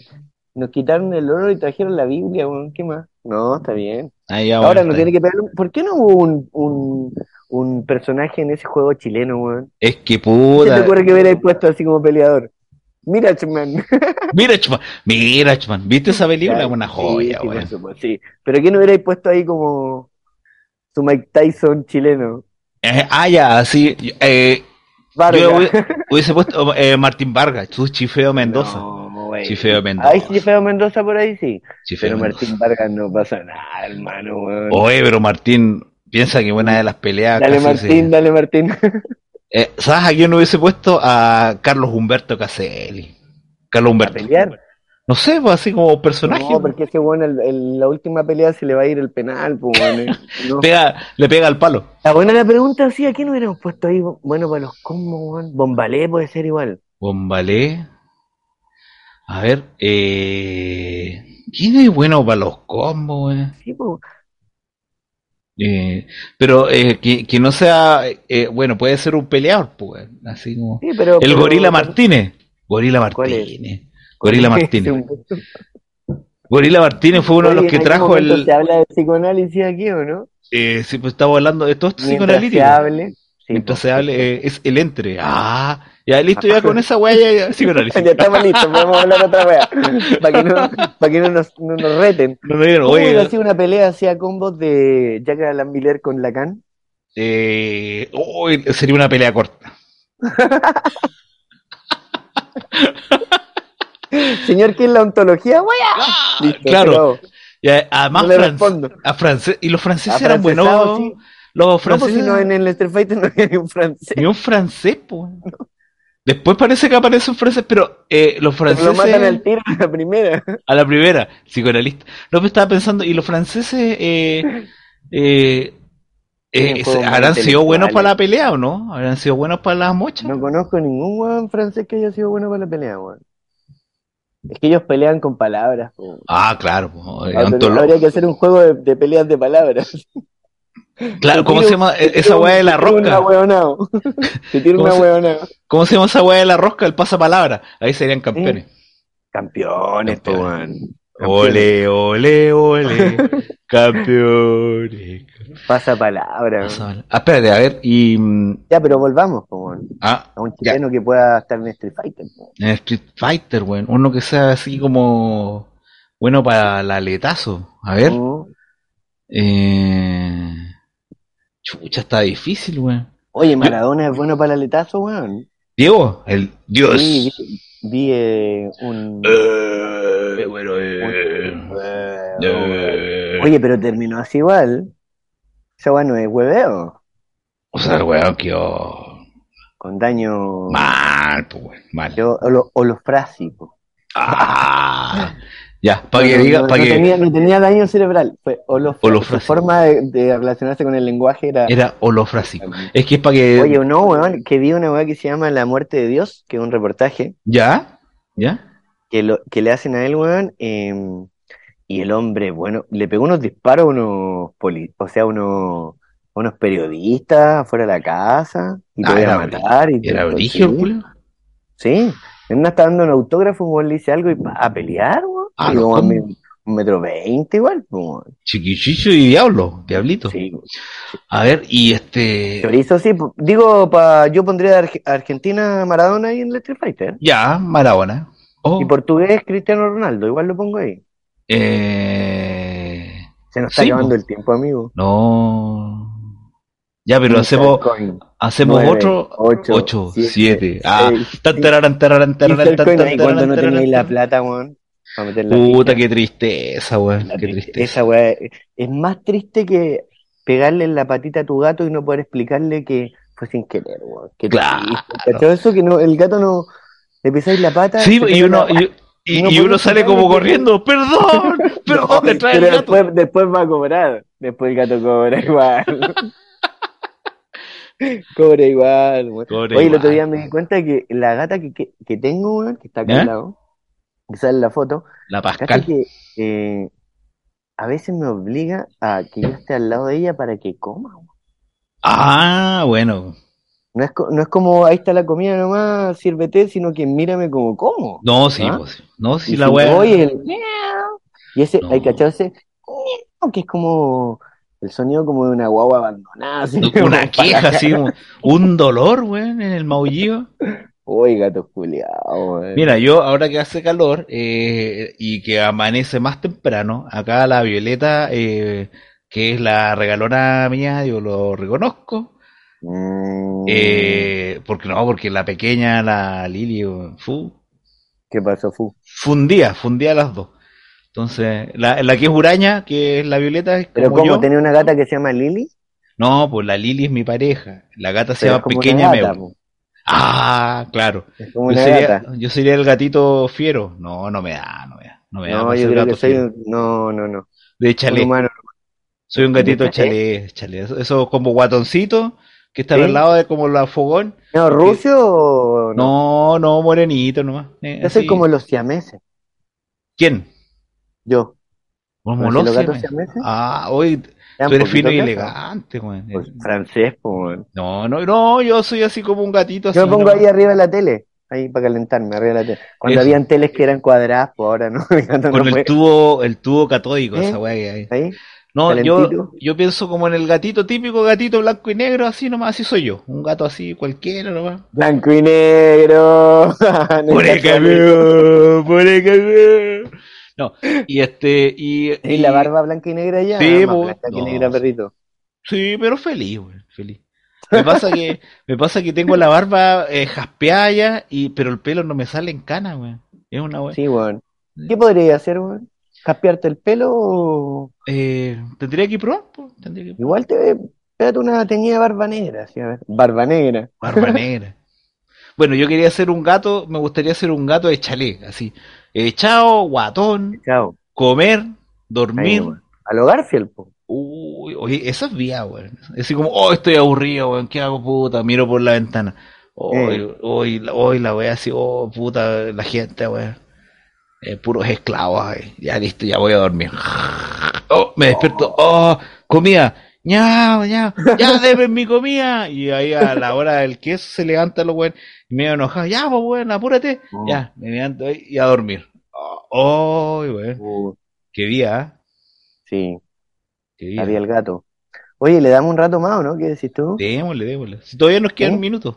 nos quitaron el oro y trajeron la Biblia, weón, ¿qué más? No, está bien.
Ahí ya,
Ahora
Ah, bueno,
no
está
tiene que pegar un- ¿Por qué no hubo un, un, un personaje en ese juego chileno, weón?
bien. Es que
¿Qué se
puta.
te ocurre que hubiera puesto así como peleador? Mira, chumán.
Mira, Chman. Mira, Chman. ¿Viste esa película?
Claro,
Una
sí,
joya,
sí, por
weón.
supuesto, sí. Pero ¿qué no hubierais puesto ahí como su Mike Tyson chileno?
Eh, ah, ya, sí. Eh,
Vargas.
yo hubiese, hubiese puesto eh, Martín Vargas, tú Chifeo Mendoza.
No, güey.
Chifeo Mendoza.
Ay, Chifeo Mendoza por ahí sí.
Chifeo
Pero
Mendoza.
Martín Vargas no pasa nada, hermano. weón.
Oye, pero Martín, piensa que una de las peleas.
Dale
casi
Martín,
se-
dale Martín.
Eh, ¿Sabes a quién hubiese puesto? A Carlos Humberto Caselli. Carlos
¿A
Humberto.
pelear?
No sé, pues, así como personaje.
No, porque ese bueno, el, el- la última pelea se le va a ir el penal, pues, weón, eh. No.
Pega- le pega al palo.
La buena la pregunta, sí, ¿a quién hubiéramos puesto ahí? Bueno, para los combos, weón. Bombalé puede ser igual.
Bombalé. A ver, eh. ¿Quién es bueno para los combos, weón?
Sí, pues.
Eh, pero eh, que, que no sea, eh, bueno, puede ser un peleador, pues, así como...
Sí, pero,
el
pero-
Gorila Martínez. Gorila
¿Cuál es?
Martínez. Gorila Martínez.
Oye,
Gorila Martínez fue uno de los
¿en
que
algún
trajo
momento
el...
¿Se habla de psicoanálisis aquí o no?
Eh, sí, pues estamos hablando de todo esto
Mientras se
psicoanalítico.
hable. Sí,
pues.
pues,
Mientras
po.
se hable, eh, es el entre. Ah, ya listo, ya con esa weá ya, ya, psicoanálisis.
Ya estamos listos, podemos hablar otra vez. Para que no, para que no, nos, no nos reten.
No me digan,
¿Cómo
oye,
hubiera sido una pelea hacia combos de Jack Alan Miller con Lacan?
eh, oh, sería una pelea corta.
Señor, ¿qué es la ontología? ¡Wea! Ah, Listo,
Ah, claro.
se acabó.
Y a- además,
No le
Fran-
respondo.
a francés, y los franceses eran
Afrancesado,
buenos.
sí.
Los
No, pues
franceses.
si no, en el Street Fighter no hay un francés.
Ni un francés, po. Después parece que aparece un francés, pero eh, los
Pero
franceses.
Lo matan al tiro a la primera.
A la primera, psicoanalista. No, me estaba pensando, ¿y los franceses eh, eh, eh,
Sí, fueron
habrán
muy
sido buenos para
intelectuales.
la pelea o no? ¿Habrán sido buenos para las mochas?
No conozco ningún weón francés que haya sido bueno para la pelea, weón. Es que ellos pelean con palabras. po.
Ah, claro. po, eh,
Habría-
ontolo-
Habría que hacer un juego de, de peleas de palabras.
Claro, ¿cómo se llama eh, esa weá de la
Se tira
rosca?
un ahueonao. Se tira un
¿Cómo se-
ahueonao.
¿Cómo se llama esa weá de la rosca? El pasapalabra. Ahí serían campeones.
Campeones, po, weón.
Ole, ole, ole. campeones.
Pasa palabra. weón.
Ah, espérate, a ver, y. mm,
Ya, pero volvamos, po, weón.
Ah,
A un
Ya.
chileno que pueda estar en Street Fighter. po.
en Street Fighter, weón. Uno que sea así como. Bueno, para el aletazo. A ver.
Mm.
Eh... Chucha, está difícil, weón.
Oye, Maradona es bueno para el aletazo, weón.
Diego, el Dios.
Sí, vi, vi, eh, un...
Eh, bueno, eh,
Eh,
eh.
Oye, pero terminó así igual. Esa weá no es hueveo.
O sea, el weón quedó
Con daño.
mal, pues, weón, mal.
Yo- o, lo- o los frásicos.
Ah, ya, para
No,
que
no,
diga,
no,
para
no
que
tenía, no tenía daño cerebral. Fue Su
Holofrásico.
forma de, de relacionarse con el lenguaje era.
era holofrásico. Es que es para que
Oye, no, weón, que vi una weá que se llama La muerte de Dios, que es un reportaje
ya, ya.
que, lo, que le hacen a él, weón. eh, y el hombre, bueno, le pegó unos disparos a unos, poli- o sea, unos, a unos periodistas afuera de la casa. Y
Ah,
te voy
era
a matar. Y te-
Era
sí.
brígido, el culo.
Sí, en una está dando un autógrafo, un weón le dice algo y pa, a pelear, weón.
Ah,
Y
no,
como a
¿cómo?
mi- un metro veinte igual, pues, weón.
Chiquichicho y diablo, diablito.
Sí.
A ver, y este,
Chorizo, sí. po- Digo, pa, yo pondría a Arge- Argentina Maradona ahí en el Street Fighter. ¿eh?
ya, Maradona. Oh,
Y portugués Cristiano Ronaldo, igual lo pongo ahí.
eh,
Se nos está
Sí,
acabando
po.
el tiempo, amigo.
No. Ya, pero hacemos,
Bitcoin,
hacemos
nueve,
otro.
ocho,
8,
siete,
7. Ah,
seis,
tan, tararán, tararán, tararán,
Bitcoin
tan, tan,
ahí cuando no
tararán,
tenéis la
tararán.
plata, weón. pa meter la
Puta,
ficha.
qué tristeza, weón.
La
Uh, Qué
triste-
tristeza.
Esa weá es- es más triste que pegarle en la patita a tu gato y no poder explicarle que fue sin querer, weón. Qué
Claro.
triste, ¿cachai? eso que no, el gato no le pisáis la pata.
Sí,
se
y
pega
uno,
la-
y, y-
No
y
puedo
uno sale
explicarlo,
como
pero-
corriendo. Perdón, perdón, te trae el
pero
gato.
Después, después va a cobrar. Después el gato cobra igual. cobra igual, weón.
Cobra
Oye, el otro
igual.
día me di cuenta que la gata que, que, que tengo, weón, que está acá
¿Eh?
al lado, que sale en la foto,
La
Cacha
Pascal.
que eh, a veces me obliga a que yo esté al lado de ella para que coma. weón.
Ah, bueno.
No es, co- no es como ahí está la comida nomás, sírvete, sino que mírame como como.
No, sí,
¿Ah?
pues. No, sí,
Y
la
si
weá.
voy, el miau. Y ese,
No.
hay cachado ese miau, que es como el sonido como de una guagua abandonada. así como
Una
para
queja,
acá.
así, un- un dolor, weón, en el maullido.
Uy, gato culiao, weón.
Mira, yo ahora que hace calor eh, y que amanece más temprano, acá la Violeta, eh, que es la regalona mía, yo lo reconozco.
Mm,
eh, porque no, porque la pequeña, la Lili, fu,
¿Qué pasó, Fu?
fundía, fundía las dos. Entonces, la, la que es huraña, que es la Violeta, es
¿Pero
como
cómo?
yo.
¿Tenía una gata que se llama Lili?
No, pues la Lili es mi pareja. La gata se
Pero es
llama
como una
Pequeña
gata,
Meu.
po.
Ah, claro.
Es como
Yo
una
sería,
gata.
yo sería el gatito fiero. No, no me da, no me da. No me da
No,
para
yo
ser
creo que
gato
soy
fiero.
un... No, no, no.
De
Un
chalet.
humano.
Soy un gatito
¿De
chalet, chalet. Eso- Eso como guatoncito que está
¿Sí?
al lado de como la fogón.
No, ¿Rusio o no?
No, no, morenito nomás. eh,
Yo soy
así.
como los siameses.
¿Quién?
Yo. Bueno,
Molosia,
si los gatos
weón.
sean meses,
Ah, hoy tú
sean
eres
poquito
fino y
gatos.
elegante, weón.
Pues, francés, po, weón.
No, no, no, yo soy así como un gatito así.
Yo me pongo
¿no?
ahí arriba de la tele, ahí para calentarme, arriba de la tele. Cuando
Eso.
habían teles que eran cuadradas, pues ahora no. mi gato
Con
no
el
puede.
tubo, el tubo catódico,
¿Eh?
esa weá que hay.
Ahí,
No, yo,
calentito.
yo pienso como en el gatito típico, gatito blanco y negro, así nomás, así soy yo. Un gato así cualquiera nomás.
blanco y negro. No
Por el
está
camino, por el camino. No, y este, y,
Y
y-
la barba blanca y negra ya,
Sí,
más
po.
blanca que
No,
negra,
sí.
perrito.
Sí, pero feliz, güey, feliz. Me pasa que, me pasa que tengo la barba eh, jaspeada ya, y, pero el pelo no me sale en cana, güey. Es una weá.
Sí, weón. ¿Qué podría hacer, weón? ¿Caspearte el pelo o
Eh, tendría que probar, po, tendría que
igual te pégate una teñida barba negra? sí, a ver. Barba negra.
Barba negra. Bueno, yo quería ser un gato, me gustaría ser un gato de chalet, así. Echado, guatón,
Chao.
comer,
Ahí,
dormir.
weón. A lo Garfield, po.
Uy, oye, esa es vía, weón. Es así como, oh, estoy aburrido, weón, ¿qué hago, puta? Miro por la ventana. Hoy,
Eh.
hoy, hoy la wea así, oh, puta, la gente, weón. Eh, puros esclavos, ahí. Ya listo, ya voy a dormir. Oh, me despierto, oh, comida. ñao, ñao, ya deben mi comida. Y ahí a la hora del queso se levanta los weón, y medio enojado, ya, pues weón, apúrate.
Oh.
Ya, me levanto ahí y a dormir. Oh, oh, weón,
Uh,
qué día, ¿eh?
sí,
Qué día.
había el gato. Oye, le damos un rato más, ¿o no? ¿Qué decís tú?
Démosle, démosle. Si todavía nos quedan
¿Sí?
minutos.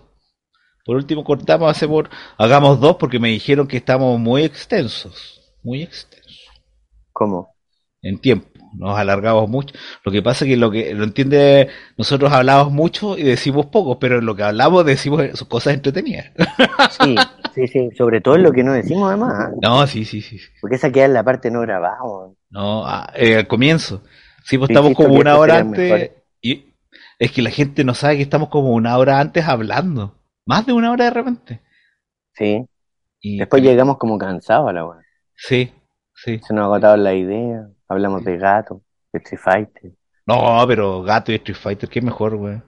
Por último, cortamos, hacemos, hagamos dos porque me dijeron que estamos muy extensos. Muy extensos.
¿Cómo?
En tiempo. Nos alargamos mucho. Lo que pasa es que lo que lo entiende, nosotros hablamos mucho y decimos poco, pero en lo que hablamos decimos sus cosas entretenidas.
Sí, sí, sí. Sobre todo en lo que no decimos, además. ¿eh?
No, sí, sí, sí. sí.
Porque esa queda en la parte no grabada, weón.
No, ah, eh, al comienzo. Sí, pues
Sí,
estamos
insisto
como
que
una
estos
hora
serían
antes.
mejores.
Y es que la gente no sabe que estamos como una hora antes hablando. Más de una hora de repente.
Sí.
Y,
Después llegamos como cansados a la weón.
Sí, sí.
Se nos agotaron la idea. Hablamos de gato, de Street Fighter.
No, pero Gato y Street Fighter, qué mejor, güey.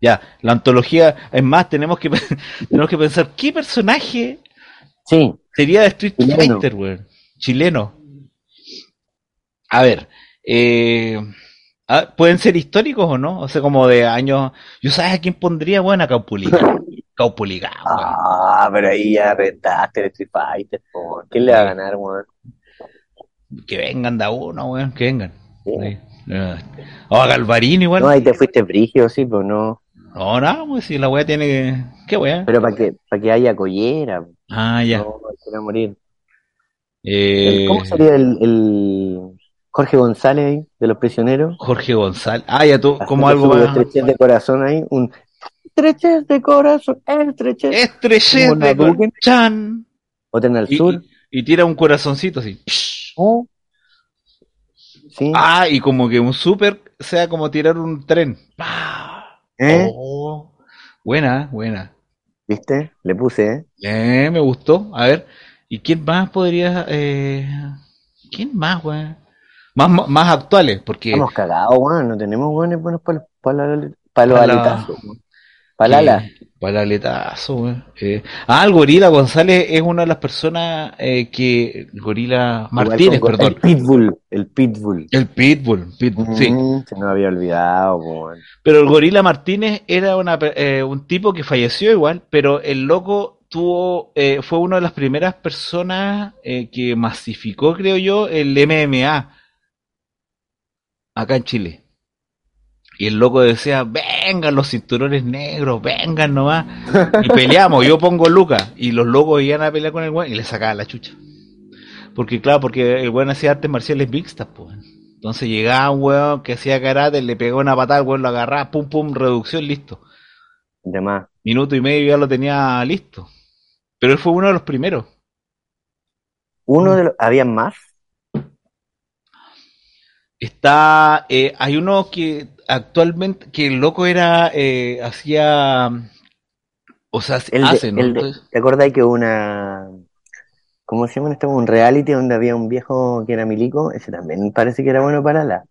Ya, la antología, es más, tenemos que, tenemos que pensar qué personaje
Sí,
sería de Street
Chileno.
Fighter, güey. Chileno. A ver, eh, ah, ¿pueden ser históricos o no? O sea, como de años. ¿Yo sabes a quién pondría, güey? A Caupulica. Caupulica, güey.
Ah, pero ahí ya retaste el Street Fighter, po. ¿Quién le va a ganar, weón?
Que vengan de a uno, güey, que vengan.
Sí.
Sí. Ah, O a Galvarín igual.
No, ahí te fuiste brígido, sí, pero no.
No, no, pues si la weá tiene que. ¿Qué weá?
Pero para que, para que haya collera, po.
Ah, ya.
no, quiero morir.
Eh,
¿Cómo sería el, el Jorge González ahí, de los prisioneros?
Jorge González. Ah, ya tú, como algo
Haciendo su
más.
estrechez de corazón ahí, un estrechez de corazón, estrechez. Como
Estrellete con
Naruto.
Chan.
Otra en el
Eh, Y,
sur.
y- y tira un corazoncito así.
Oh. Sí.
Ah, y como que un super sea como tirar un tren. Ah,
¿Eh?
oh. Buena, buena.
¿Viste? Le puse, ¿eh?
Eh, me gustó. A ver, ¿y quién más podría. eh, ¿Quién más, weón? Más, más- más actuales, porque.
Estamos cagados, weón. No tenemos weones buenos para los, para los, para los
Pa' la-
aletazos, weón. Para la ala.
Eh, palaletazo, weón. Eh, ah, el Gorila González es una de las personas eh, que. el Gorila
Igual
Martínez,
con-
perdón.
El Pitbull, el Pitbull.
El Pitbull, Pitbull, sí.
Mm, se nos había olvidado, weón.
Pero el Gorila Martínez era una, per- eh, un tipo que falleció igual, pero el loco tuvo eh, fue una de las primeras personas eh, que masificó, creo yo, el MMA acá en Chile. Y el loco decía, vengan los cinturones negros, vengan nomás. Y peleamos, yo pongo Lucas. Y los locos iban a pelear con el weón y le sacaban la chucha. Porque claro, porque el weón hacía artes marciales mixtas, pues. Entonces llegaba un weón que hacía karate, le pegó una patada, el weón lo agarraba, pum, pum, reducción, listo.
De más.
Minuto y medio ya lo tenía listo. Pero él fue uno de los primeros. Mm.
Uno de los. ¿Habían más?
Está, eh, hay uno que actualmente, que el loco era, eh, hacía, o sea,
El de-
hace, ¿no?
el de-
Entonces-
¿Te acordás que hubo una. ¿Cómo se llama? Estaba un reality donde había un viejo que era milico. Ese también parece que era bueno para la.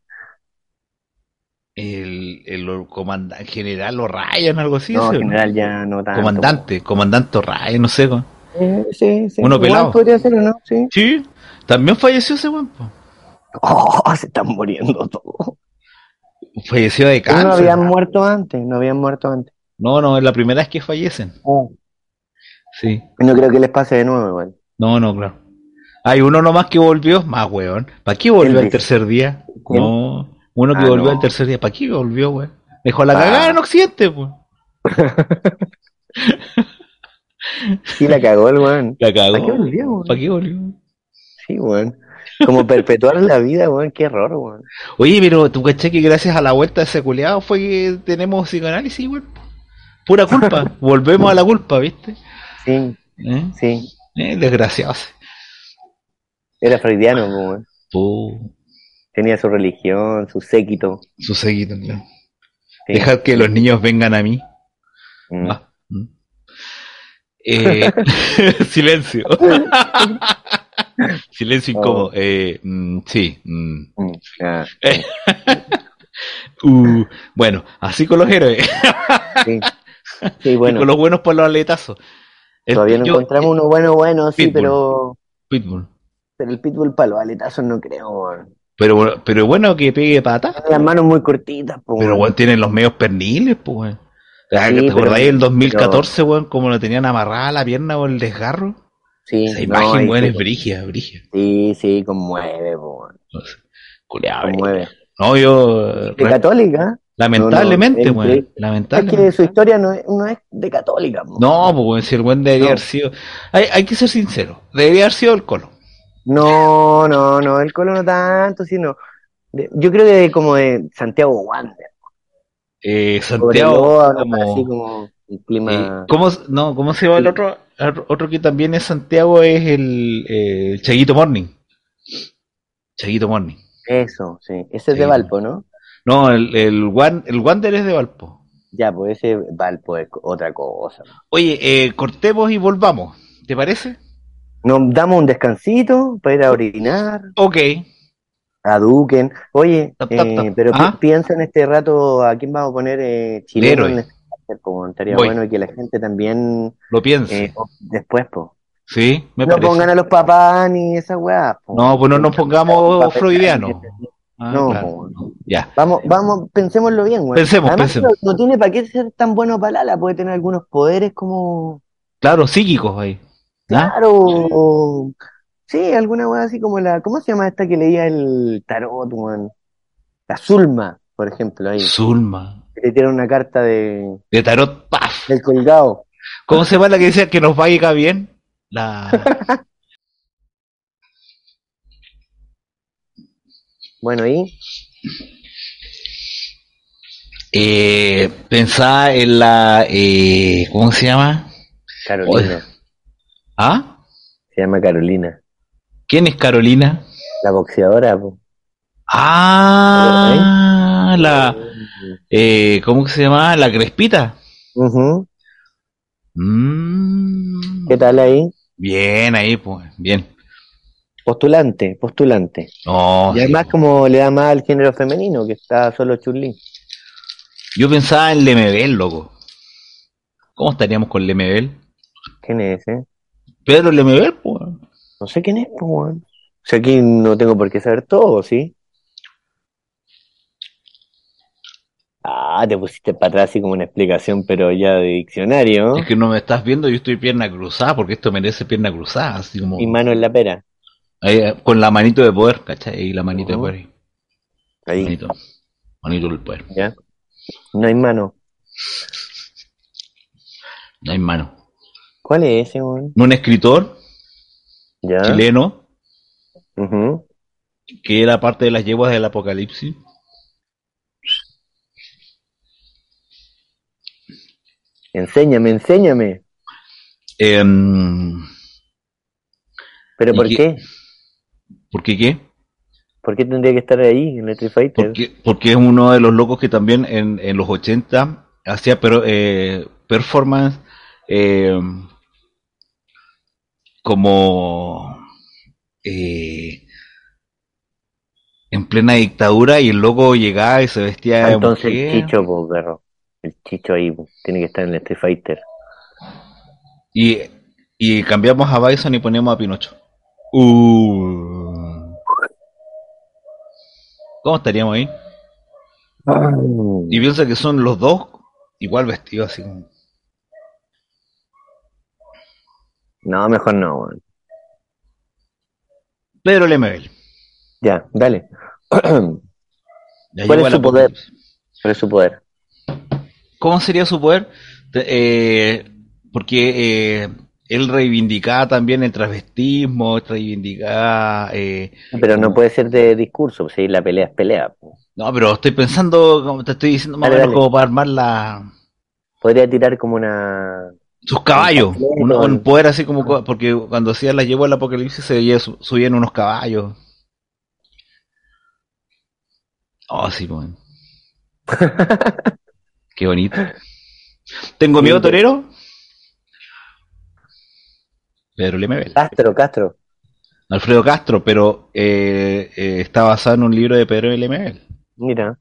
el, el comandante, general o Ryan, algo así,
No,
¿sí
en
o no?
general ya no tanto.
Comandante, comandante Ryan, no sé. ¿no?
Eh, sí, sí.
Uno
Igual
pelado.
podría ser o no, sí.
Sí, también falleció ese weón. po.
¡Oh! Se están muriendo todos.
Falleció de
No
cáncer.
habían muerto antes, no habían muerto antes.
No, no, es la primera vez que fallecen.
Ah.
Sí.
No creo que les pase de nuevo, igual.
No, no, claro. Hay uno nomás que volvió, más weón. ¿Para qué volvió
¿Quién
al tercer día?
¿Quién?
No, uno que
Ah,
volvió
no.
al tercer día, ¿para qué volvió, weón? Dejó la
Ah.
cagada en Occidente, weón.
Sí, la cagó el weón.
La cagó.
¿Para qué volvió, weón?
¿Para qué volvió?
Sí, weón. Como perpetuar la vida, weón. Qué error, weón.
Oye, pero tú caché que gracias a la vuelta de ese culiado fue que tenemos psicoanálisis, weón. Pura culpa, volvemos a la culpa, ¿viste?
Sí,
¿Eh?
sí.
Eh, desgraciados.
Era freudiano, weón.
Puh,
Tenía su religión, su séquito.
su seguido, claro.
Sí.
Dejad que los niños vengan a mí.
Mm.
Ah, mm. Eh, silencio. silencio
Oh.
incómodo. Eh, mm, sí. mm.
Mm. Ah,
Uh, bueno, así con los héroes.
sí. Sí,
Y con
bueno.
los buenos por los aletazos. El
Todavía no
pillo-
encontramos uno bueno, bueno, sí,
Pitbull.
pero.
Pitbull.
Pero el pitbull para los aletazos no creo, weón.
Pero, pero bueno que pegue pata.
Tiene Las manos muy cortitas, pues, po,
Pero bueno, tienen los medios perniles, pues. weón. Ah,
Sí,
¿Te
pero-
acordáis del 2014, weón? Como lo tenían amarrada la pierna o el desgarro.
Sí,
Esa
no,
imagen,
ahí
weón,
sí.
es brígida, brígida.
Sí, sí, conmueve, po, weón.
Culeado,
Conmueve.
No, yo.
De católica.
Lamentablemente,
No, no,
weón.
es que- Es
Lamentablemente.
que su historia no es, no es de católica, po.
No, pues weón, si el buen debería
No.
haber sido. Hay, hay que ser sincero. Debería haber sido el colo.
No, no, no, el Colo no tanto, sino. de- yo creo que de- como de Santiago Wander.
Eh, Santiago.
Cobreloa,
como-
así como un clima.
eh, ¿cómo, s- no, ¿Cómo se llama el otro? El Otro que también es Santiago es el eh, Chaguito Morning. Chaguito Morning.
Eso, sí. Ese es
Sí.
de Valpo, ¿no?
No, el, el, Wan- el Wander es de Valpo.
Ya, pues ese Valpo es otra cosa.
Oye, eh, cortemos y volvamos. ¿Te parece?
Nos damos un descansito para ir a orinar,
Ok.
a Duquen. Oye,
Tap, tap,
eh,
tap.
pero pi-
Ajá.
piensa en este rato a quién vamos a poner eh, chileno
héroe.
en este carácter, po, Estaría
Voy.
bueno que la gente también
Lo pienso.
eh, después, po.
sí, me
no
parece.
pongan a los papás ni esas weas, po.
No, pues no nos pongamos
Papel-
freudianos. Ah,
No,
claro.
po.
Ya.
Vamos, vamos, pensémoslo bien, weón.
Pensemos,
Además,
pensemos.
No, no tiene para qué ser tan bueno Palala, puede tener algunos poderes como,
Claro, psíquicos ahí. ¿Ah?
claro, o- sí, alguna weá así como la, ¿cómo se llama esta que leía el tarot, weón? La Zulma, por ejemplo, ahí,
Zulma.
que le tira una carta de,
De tarot, paf.
del colgado.
¿Cómo se llama la que decía que nos va a llegar bien? La.
Bueno, ahí,
Eh, pensá en la. eh, ¿Cómo se llama?
Carolina,
Oye. ¿Ah?
se llama Carolina,
¿Quién es Carolina?
la boxeadora, po.
Ah, la. eh, ¿Cómo que se llama? La Crespita.
Ujú.
Mm,
¿Qué tal ahí?
bien ahí, pues. Bien.
Postulante, postulante.
No,
Y
sí,
además
pues.
como le da más al género femenino, que está solo Churlín.
Yo pensaba en Lemebel, loco. ¿Cómo estaríamos con Lemebel?
¿Quién es ese?
Pedro Lemebel, pues.
No sé quién es, pues, weón. O sea, aquí no tengo por qué saber todo, ¿sí? Ah, te pusiste para atrás así como una explicación, pero ya de diccionario.
Es que no me estás viendo, yo estoy pierna cruzada, porque esto merece pierna cruzada, así como
Y mano en la pera.
ahí, eh, con la manito de poder, ¿cachai? Ahí la
Ujú.
manito de poder. ahí.
Ahí,
Manito. Manito del poder.
ya. No hay mano.
No hay mano.
¿Cuál es ese, weón?
Un escritor
Ya.
chileno
Ujú.
que era parte de las yeguas del apocalipsis.
Enséñame, enséñame.
Em,
¿Pero
¿Y
por
qué-
qué?
¿Por qué qué?
¿Por qué tendría que estar ahí, en el Street Fighter?
Porque, porque es uno de los locos que también en, en los 80 hacía pero, eh, performance eh, como eh, en plena dictadura y el loco llegaba y se vestía
Ah,
de
entonces el
mujer.
Chicho, pues, perro. El Chicho ahí, po. tiene que estar en el Street Fighter.
Y, y cambiamos a Bison y ponemos a Pinocho. Uh. ¿Cómo estaríamos ahí? Ah. Y piensa que son los dos igual vestidos así como.
No, mejor no, weón.
Pedro Lemebel.
Ya, dale.
Ya
¿Cuál
llegó
es
el
su poder?
apocalipsis.
Por su poder.
¿Cómo sería su poder? Te- eh, porque eh, él reivindicaba también el transvestismo, reivindicaba. eh,
Pero no puede ser de discurso, pues, si la pelea es pelea. po.
no, pero estoy pensando, como te estoy diciendo, más o
Dale,
menos
dale.
como para armar la,
Podría tirar como una.
sus caballos.
Un
Un,
caballo.
un poder así como. co- Porque cuando hacían la llevo al apocalipsis se veía su- subían unos caballos. Oh, sí, bueno. Qué bonito. ¿Tengo miedo, torero? Pedro Lemebel.
Castro, Castro.
Alfredo Castro, pero eh, eh, está basado en un libro de Pedro Lemebel.
Mira.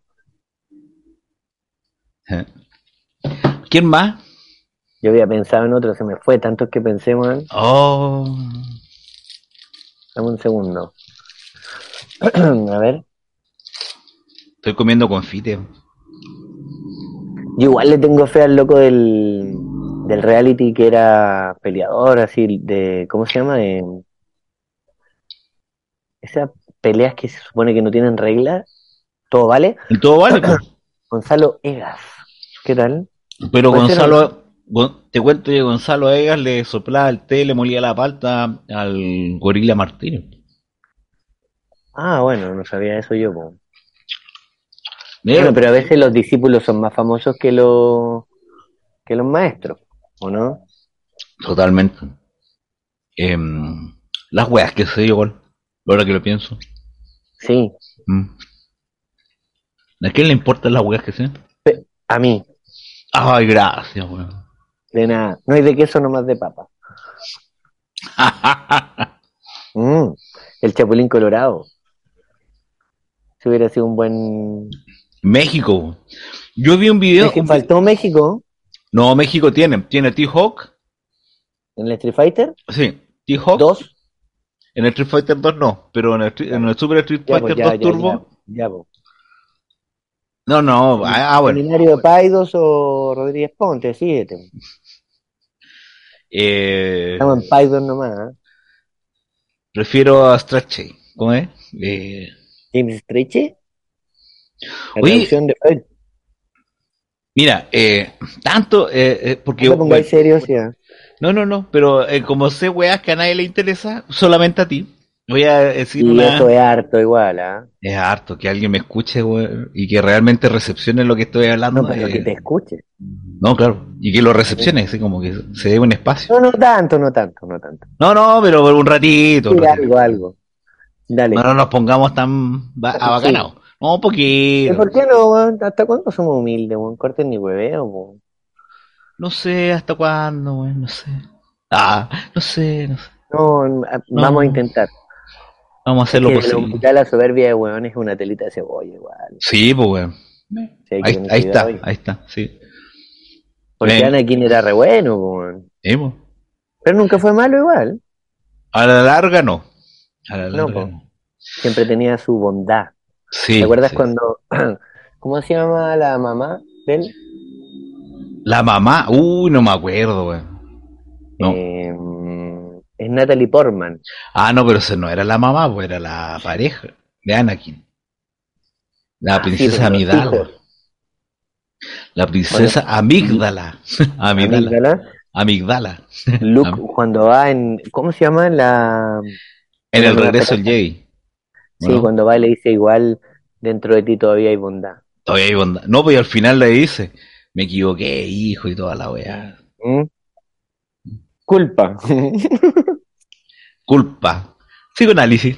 ¿Eh? ¿Quién más?
Yo había pensado en otro, se me fue. Tantos que pensé, man.
Oh,
Dame un segundo. A ver.
estoy comiendo confite.
Yo igual le tengo fe al loco del, del reality que era peleador, así, de. ¿Cómo se llama? De, esas peleas que se supone que no tienen regla. ¿Todo vale?
Y todo vale, pues.
Gonzalo Egas. ¿Qué tal?
Pero
Puede ser
Gonzalo, Gon- te cuento que Gonzalo Egas le soplaba el té, le molía la palta al gorila Martínez.
Ah, bueno, no sabía eso yo, po.
Mira,
Bueno, pero a veces los discípulos son más famosos que los que los maestros, ¿o no?
Totalmente. Em, las weas que se dio igual, ahora que lo pienso.
Sí,
Mm. ¿A quién le importan las weas que se?
a mí,
Ay, gracias, weón.
de nada. No hay de queso, nomás de papa. Mm, el chapulín colorado. Si hubiera sido un buen...
México. weón. Yo vi un video.
México- ¿Faltó México
No, México tiene. Tiene T-Hawk.
en el Street Fighter?
Sí, T-Hawk.
¿Dos?
En el Street Fighter 2 no, pero en el, Street- en el Super Street
Ya,
Fighter
pues, ya,
2
ya,
Turbo.
ya, pues. ya, po.
No, no, ah, ah, bueno.
Seminario de Paidos o Rodríguez Ponte, síguete.
Eh,
Estamos en Paidos nomás, ¿eh?
prefiero a Strachey. ¿Cómo es? Eh,
James Streiche. La
Oye,
traducción de Freud.
mira, eh, tanto, eh, eh, porque...
No me pongáis
bueno,
serios, ya.
no, no, no, pero eh, como sé weas que a nadie le interesa, solamente a ti. Voy a decir
Y
una...
eso es harto igual, ¿ah?
Es harto, que alguien me escuche weón, y que realmente recepcione lo que estoy hablando.
No, pero
eh,
que te escuche.
no, claro, y que lo recepcione, así como que se dé un espacio.
No, no tanto, no tanto, no tanto.
No, no, pero por un ratito. un
Mira, algo,
ratito.
algo. Dale.
No, no nos pongamos tan ba- abacanados. No, un
¿Y
poquito.
por qué no, weón? ¿Hasta cuándo somos humildes, weón? Corten ni hueveo, weón.
No sé hasta cuándo, güey, no sé. Ah, no sé, no sé.
No, n- a- vamos a intentar.
Vamos a hacer lo
Que la
posible.
humildad, la soberbia de weón es una telita de cebolla, igual.
Sí, pues, güey.
Sí, hay que
Ahí,
tener
ahí
cuidado,
está,
oye.
ahí está, sí.
Porque
Ven.
Anakin era re bueno, weón.
Sí, pues.
Pero nunca fue malo, igual.
A la larga no. A la
No,
larga
pues.
no.
Siempre tenía su bondad.
Sí.
¿Te acuerdas
sí.
cuando. ¿Cómo se llama la mamá de él?
La mamá, uy, no me acuerdo, güey. No.
Eh, es Natalie Portman.
Ah, no, pero se no era la mamá, pues era la pareja de Anakin. La
Ah, sí,
princesa
pero los
Amidala.
hijos.
La princesa Amígdala. Amígdala.
Amígdala.
Amigdala.
Luke
Am-
cuando va en, ¿cómo se llama? La,
En el
Bueno,
regreso del Jedi.
sí,
Bueno,
cuando va y le dice igual dentro de ti todavía hay bondad.
todavía hay bondad. No, pues y al final le dice, me equivoqué, hijo, y toda la weá.
¿Mm? Culpa.
Culpa. Psicoanálisis.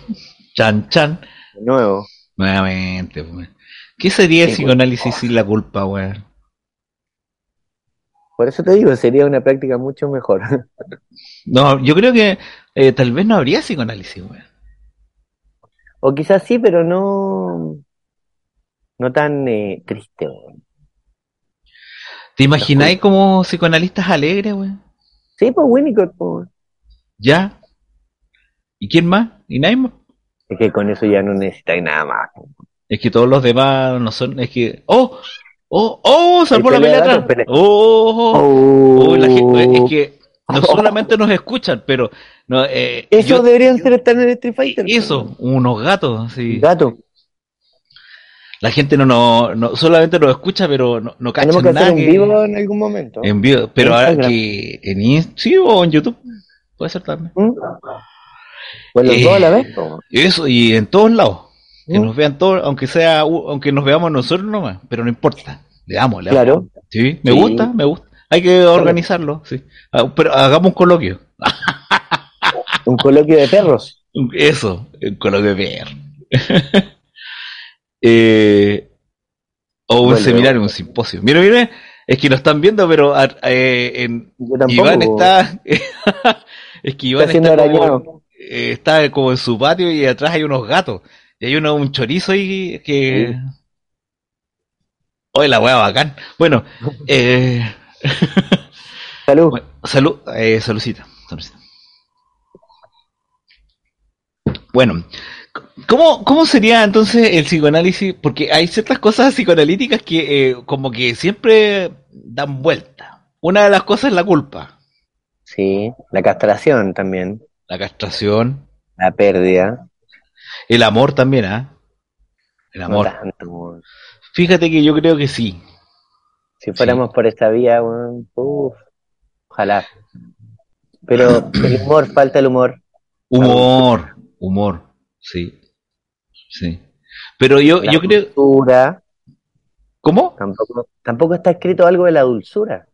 Chan, chan.
de nuevo.
Nuevamente, pues, weón. ¿Qué sería el
Sí,
psicoanálisis sin la culpa, weón?
Por eso te digo, sería una práctica mucho mejor.
No, yo creo que eh, tal vez no habría psicoanálisis, weón.
O quizás sí, pero no, no tan eh, triste. weón.
¿Te imagináis como psicoanalistas alegres, weón?
Sí, pues Winnicott. pues.
¿Ya? ¿Y quién más? ¿Y nadie más?
Es que con eso ya no necesitáis nada más.
Es que todos los demás no son. Es que. ¡Oh! ¡Oh! ¡Oh! ¡Salvó la
pelea
pelea
de
atrás!
gatos, pelea.
¡Oh! ¡Oh!
Oh.
oh, la gente- es que no solamente nos escuchan, pero. No, eh,
Eso
yo-
deberían ser estar en el Street Fighter.
Eso, unos gatos, sí.
Gato.
La gente no, no, no- solamente nos escucha, pero no, no
Tenemos que
cachan
hacer
nada.
en
que-
vivo en algún momento.
en vivo, pero ahora
Instagram.
que en Instagram o en YouTube, puede ser también.
¿Mm? Pues los
Eh,
dos a la vez. po.
Eso, y en todos lados. Que
¿Mm?
nos vean todos, aunque sea, u- aunque nos veamos nosotros nomás, pero no importa. Le damos, le damos.
Claro.
Sí, me
Sí.
gusta, me gusta. Hay que organizarlo, sí. Ah, Pero hagamos un coloquio.
Un coloquio de perros.
Eso, un coloquio de PR. Eh, o un
Bueno. eh,
seminario, un simposio. Mira, mira, es que nos están viendo, pero ah, eh, en,
Yo tampoco.
Iván
po.
está. es que Iván
Está siendo
está,
arañado.
como, eh, está como en su patio y atrás hay unos gatos. Y hay uno, un chorizo ahí que. Oye, la hueá bacán. Bueno, eh,
Salud.
bueno, salud, eh, saludcita, saludcita. Bueno, c- ¿cómo, ¿cómo sería entonces el psicoanálisis? Porque hay ciertas cosas psicoanalíticas que eh, como que siempre dan vuelta. Una de las cosas es la culpa,
Sí. La castración también.
la castración,
La pérdida.
El amor también, ¿ah? El
No
amor.
tanto. po.
Fíjate que yo creo que sí.
Si fuéramos por esta vía, weón, uf, ojalá. Pero el humor, falta el humor.
Humor, humor, sí. Sí. Pero yo,
La
yo creo...
dulzura.
¿Cómo?
Tampoco, tampoco está escrito algo de la dulzura.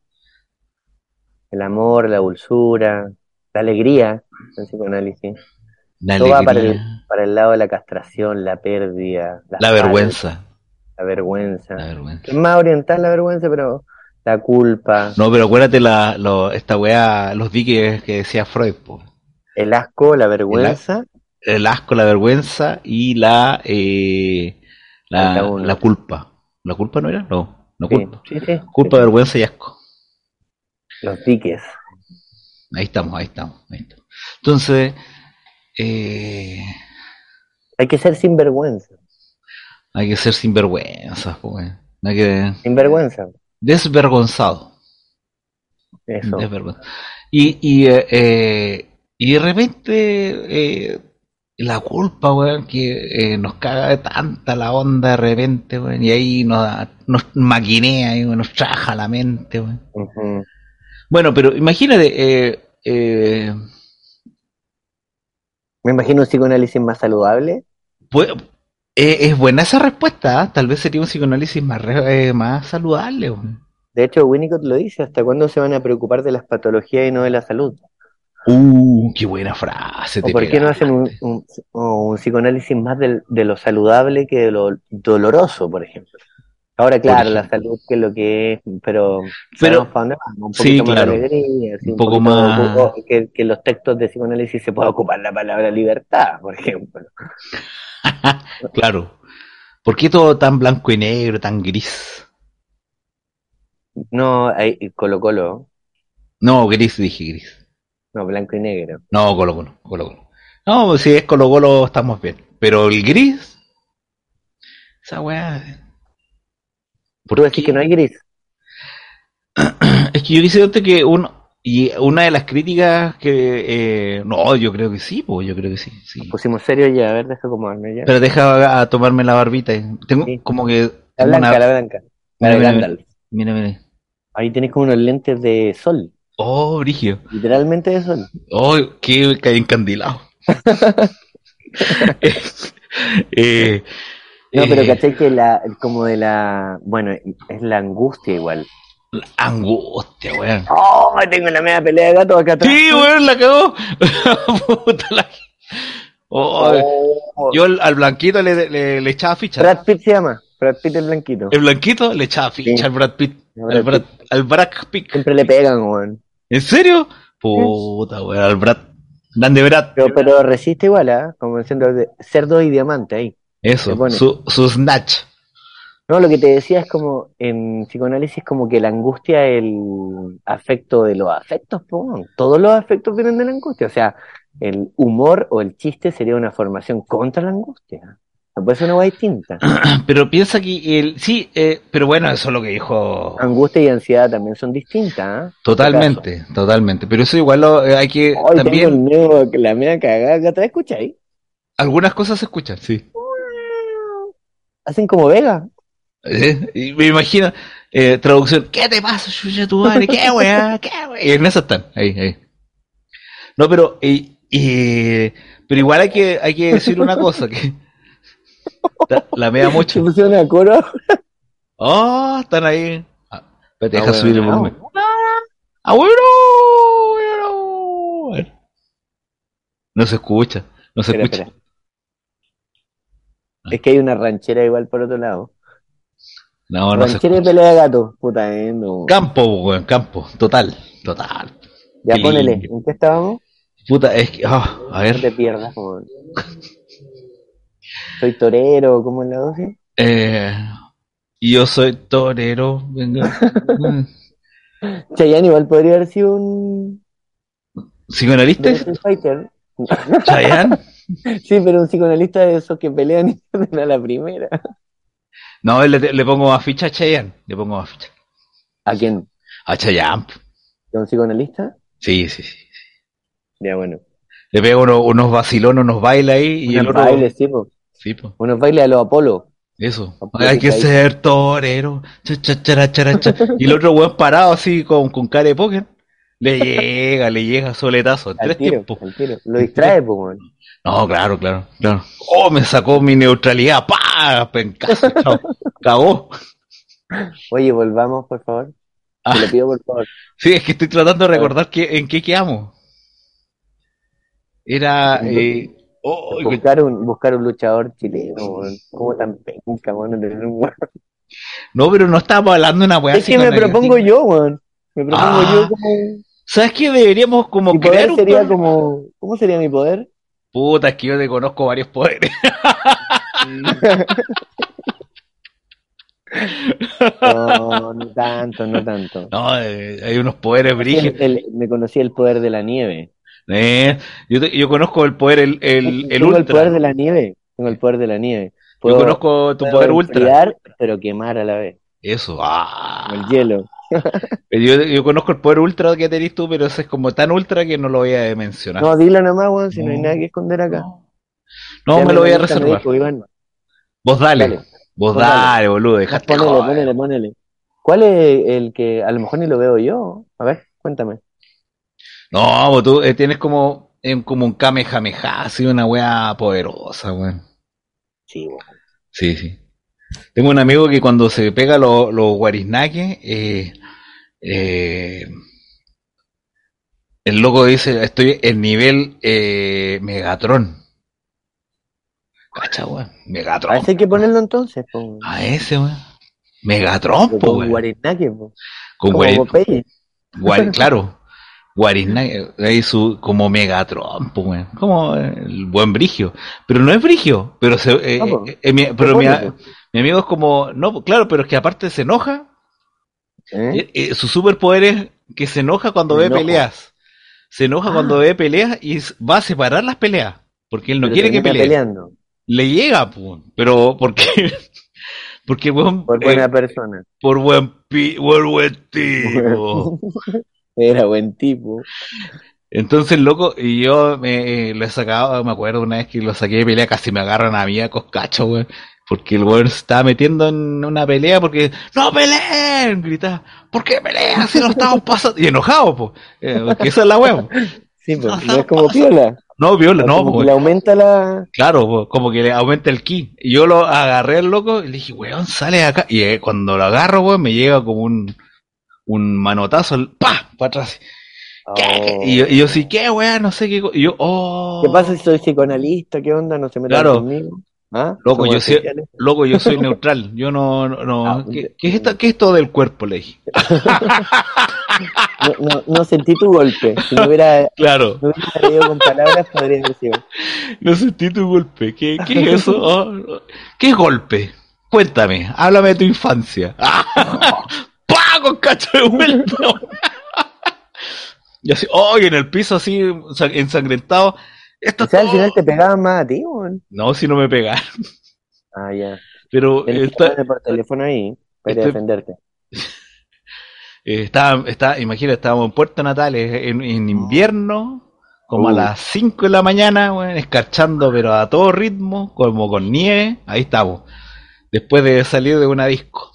El amor, la dulzura, la alegría, el psicoanálisis.
La
Todo va para el,
alegría,
para el lado de la castración, la pérdida, la,
la
falta,
vergüenza.
La vergüenza.
La vergüenza.
Es más oriental la vergüenza, pero la culpa,
No, pero acuérdate la, lo- esta weá, los diques que decía Freud, po.
el asco, la vergüenza,
El asco, la vergüenza y la, eh, la,
Falta uno.
la culpa. ¿La culpa no era? No, no
sí,
culpa.
sí, sí,
Culpa,
sí,
vergüenza y asco.
los diques.
Ahí estamos, ahí estamos. Ahí estamos. Entonces, eh,
Hay que ser sinvergüenza,
hay que ser sinvergüenza, po, weón. hay que
sinvergüenza,
desvergonzado.
eso.
desvergon- Y, y, eh, eh, y de repente eh, la culpa, weón, que eh, nos caga de tanta la onda de repente, weón, y ahí nos, nos maquinea, y nos traja la mente, weón.
Ujú.
Bueno, pero imagínate, eh, eh,
Me imagino un psicoanálisis más saludable.
Pues, eh, es buena esa respuesta, ¿ah? tal vez sería un psicoanálisis más, re- eh, más saludable. weón.
De hecho, Winnicott lo dice, ¿hasta cuándo se van a preocupar de las patologías y no de la salud?
Uh, qué buena frase.
¿O
te
por qué no
pegaste.
hacen un, un- o un psicoanálisis más del- de lo saludable que de lo doloroso, por ejemplo? Ahora, claro, la
ejemplo.
salud que es lo que es, pero,
Pero-
sabemos para dónde vamos, un
sí,
poquito más
claro.
de alegría, así,
Un
un
poco
poquito
más-
o- o que, que los textos de psicoanálisis se pueda ocupar la palabra libertad, por ejemplo.
Claro. ¿Por qué todo tan blanco y negro, tan gris?
No, hay Colo Colo,
No, gris, dije gris.
no, blanco y negro.
No, Colo Colo, Colo Colo. No, si es Colo Colo estamos bien. Pero el gris, esa weá. ¿Por
Tú decís
qué?
que no hay gris.
Es que yo quisiera que uno y una de las críticas que eh, no, yo creo que sí, pues yo creo que sí, sí.
Pusimos serio ya, a ver, deja acomodarme ya.
Pero deja a tomarme la barbita. Tengo
Sí.
como que
La
tengo
blanca,
una-
la blanca. La
mira,
de
mira,
Gandalf.
Mira, mira.
Ahí tenés como unos lentes de sol,
Oh, Brigio.
literalmente de sol.
Oh, qué qué encandilado. Eh,
No, pero
eh,
caché que la, como de la, bueno, es la angustia igual.
la angustia, weón.
¡Oh! Tengo la media pelea de gato acá atrás.
Sí, weón, la cagó. Puta la. Oh,
Oh.
yo al, al blanquito le, le, le echaba ficha.
Brad Pitt se llama, Brad Pitt el blanquito.
El blanquito le echaba ficha
Sí.
al Brad Pitt.
Al
Al
Brad
Brad, al Brad Pitt.
Siempre le pegan, weón.
¿En serio? Puta, weón, al Brad. Grande Brad.
Pero, pero resiste igual, ¿ah? Como diciendo de cerdo y diamante ahí.
Eso,
se pone.
su, su snatch.
No, lo que te decía es como, en psicoanálisis, como que la angustia es el afecto de los afectos, po, weón. Todos los afectos vienen de la angustia. O sea, el humor o el chiste sería una formación contra la angustia. Puede ser una hueá distinta.
Pero piensa que el. Sí, eh, pero bueno, eso es lo que dijo.
Angustia y ansiedad también son distintas. ¿eh?
Totalmente, totalmente. Pero eso igual lo, eh, hay que.
Hoy
también.
tengo el nuevo, la mía cagada que atrás escucháis.
Algunas cosas se escuchan, sí.
Hacen como Vega.
Eh, y me imagino. eh, traducción: ¿Qué te pasa, chucha tu madre? ¿Qué weá? ¿Qué weá? Y en eso están, ahí, ahí. No, pero. eh, eh, pero igual hay que, hay que decir una cosa: que. Ta- La mea
Se
mucho.
pusieron a coro.
Oh, están ahí. Ah, espérate, deja
Ah,
subir el
bueno.
volumen. Ah, ¡Abuelo! abuelo. No se escucha, no se
Espera,
escucha.
espera. Es que hay una ranchera igual por otro lado.
No, no se
ranchera y
escucha.
pelea de gato. Puta, eh, no.
Campo, weón, campo, total, total.
Ya
qué
ponele.
lindo.
¿En qué estábamos?
Puta, es que, ah, a
No te
ver,
pierdas, por... Soy torero, ¿cómo es la dosis?
eh, yo soy torero, venga.
Chayanne igual podría haber sido un...
¿Psicoanalista?
de Street Fighter.
¿Chayanne?
Sí, pero un psicoanalista de esos que pelean y pierden a la primera.
No, le, le pongo más ficha a Chayanne, le pongo más ficha.
¿A quién?
A Chayanne,
¿A un psicoanalista?
sí, sí, sí.
Ya, bueno.
Le pego uno- unos vacilones, unos bailes ahí y el
unos
otro...
bailes, sí, po.
Sí, po.
Unos bailes a los Apolo.
Eso.
Ah, pues,
Hay que
ahí.
ser torero. Cha, cha, chara, chara, cha. Y el otro weón parado así con, con cara de póker. Le llega, le llega soletazo. En
Al
tres
tiro,
tiempos.
al tiro. Lo distrae, po, weón.
No, claro, claro, claro. Oh, me sacó mi neutralidad. ¡Pah! Pencazo, chao. Cagó.
Oye, volvamos, por favor.
Ah,
Te lo pido, por favor.
sí, es que estoy tratando de
Ah.
recordar que, en qué quedamos. Era. eh, oh,
Buscar un, buscar un luchador chileno, weón. ¿Cómo tan penca, weón, no tener un weón?
no, pero no estábamos hablando de una weá.
Es que me
psicoanalítica.
propongo yo, weón. Me propongo
Ah,
yo como...
¿Sabes qué? Deberíamos como
Mi
crear
poder
un
sería
programa-
como... ¿Cómo sería mi poder?
Puta, es que yo te conozco varios poderes.
No, no tanto, no tanto.
No, eh, hay unos poderes brígidos.
El- me conocí el poder de la nieve.
Eh, yo, te- yo conozco el poder, el, el, el
Tengo el
ultra.
poder de la nieve. Tengo el poder de la nieve.
yo conozco tu
puedo
poder ultra.
enfriar, pero quemar a la vez.
Eso,
Como el
ah. Eh,
hielo.
Yo, yo conozco el poder ultra que tenés tú, pero ese es como tan ultra que no lo voy a mencionar.
No, dilo nomás, weón, si no hay
No.
nada que esconder acá.
No, No,
Ya
me lo voy a
gusta, me
reservar.
dijo Iván.
Vos dale,
Dale.
vos
Vos
dale,
dale.
boludo, dejate
Ponele,
joder.
ponele, ponele. ¿Cuál es el que a lo mejor ni lo veo yo? A ver, cuéntame.
No, vos tú eh, tienes como, en- como un kamehameha, así una wea poderosa, weón.
Sí, weón.
Sí, sí. Tengo un amigo que cuando se pega lo- los guariznaques, eh, eh, el loco dice, estoy en nivel eh, Megatron. Cacha, weón.
A
Megatron.
ese hay que ponerlo entonces, po.
A ese, weón. Megatron, po,
Con
weón.
guarenaque, po.
Con
Como
guari-
Popeye. ¿eh?
guari- claro. Guariznaque, ahí su, como Megatron, po, weón. Como el buen brigio. Pero no es brigio, pero se, eh,
No, po.
eh, eh, mi- pero mi,
Propone, po.
mi amigo es como, no, po, claro, pero es que aparte se enoja
¿Eh?
Eh, eh, su superpoder es que se enoja cuando
Me
ve
enojo.
peleas. Se enoja
Ah.
cuando ve peleas y s- va a separar las peleas. Porque él no
Pero
quiere que
termina
peleen.
peleando.
Le llega, pum, pero porque porque weón,
Por
eh,
buena persona.
por buen pi- por buen tipo.
Era buen tipo.
Entonces, loco, y yo me, eh, lo he sacado, me acuerdo una vez que lo saqué de pelea, casi me agarran a mí a coscacho, weón. Porque el weón se estaba metiendo en una pelea porque, ¡No peleen! Gritaba, ¿por qué pelean si no estamos pasando? Y enojado, po. Eh, porque esa es la weón.
Sí, pues, no es como piola.
No, viola, no, pues.
Como
po,
que le aumenta la.
Claro, po, como que le aumenta el ki. Y yo lo agarré al loco y le dije, weón, sale de acá. Y eh, cuando lo agarro, weón, me llega como un, un manotazo, el- ¡pa! para atrás. ¿Qué?
Oh.
Y, yo- y yo sí, ¿qué, weón? No sé qué. co-". Y yo, oh.
¿Qué pasa si soy psicoanalista? ¿Qué onda? No se metan
Claro.
conmigo. ¿Ah?
Loco,
Somos
yo sé-
especiales.
Loco, yo soy neutral. Yo no. no, no.
Ah,
¿Qué, qué es esta- qué es esto del cuerpo? Le dije.
No, no, no sentí tu golpe. Si me hubiera,
Claro.
me hubiera leído con palabras, podría haber sido.
No sentí tu golpe. ¿Qué, qué es eso? Oh, no. ¿Qué es golpe? Cuéntame. Háblame de tu infancia. ¡Pah! Con cacho de vuelta. y así, oh, y en el piso así, ensangrentado. Esto
O
es
sea, al
todo.
final te pegaban más a ti, weón.
No, si no me pegaron.
Ah, ya.
Pero
Tenés que
está-
llamarme por teléfono ahí para
Estoy-
defenderte.
eh, está, está, imagina, estábamos en Puerto Natales en, en invierno, como a
Ah. Uh.
las 5 de la mañana, weón, escarchando, pero a todo ritmo, como con nieve. Ahí estamos. Después de salir de una disco.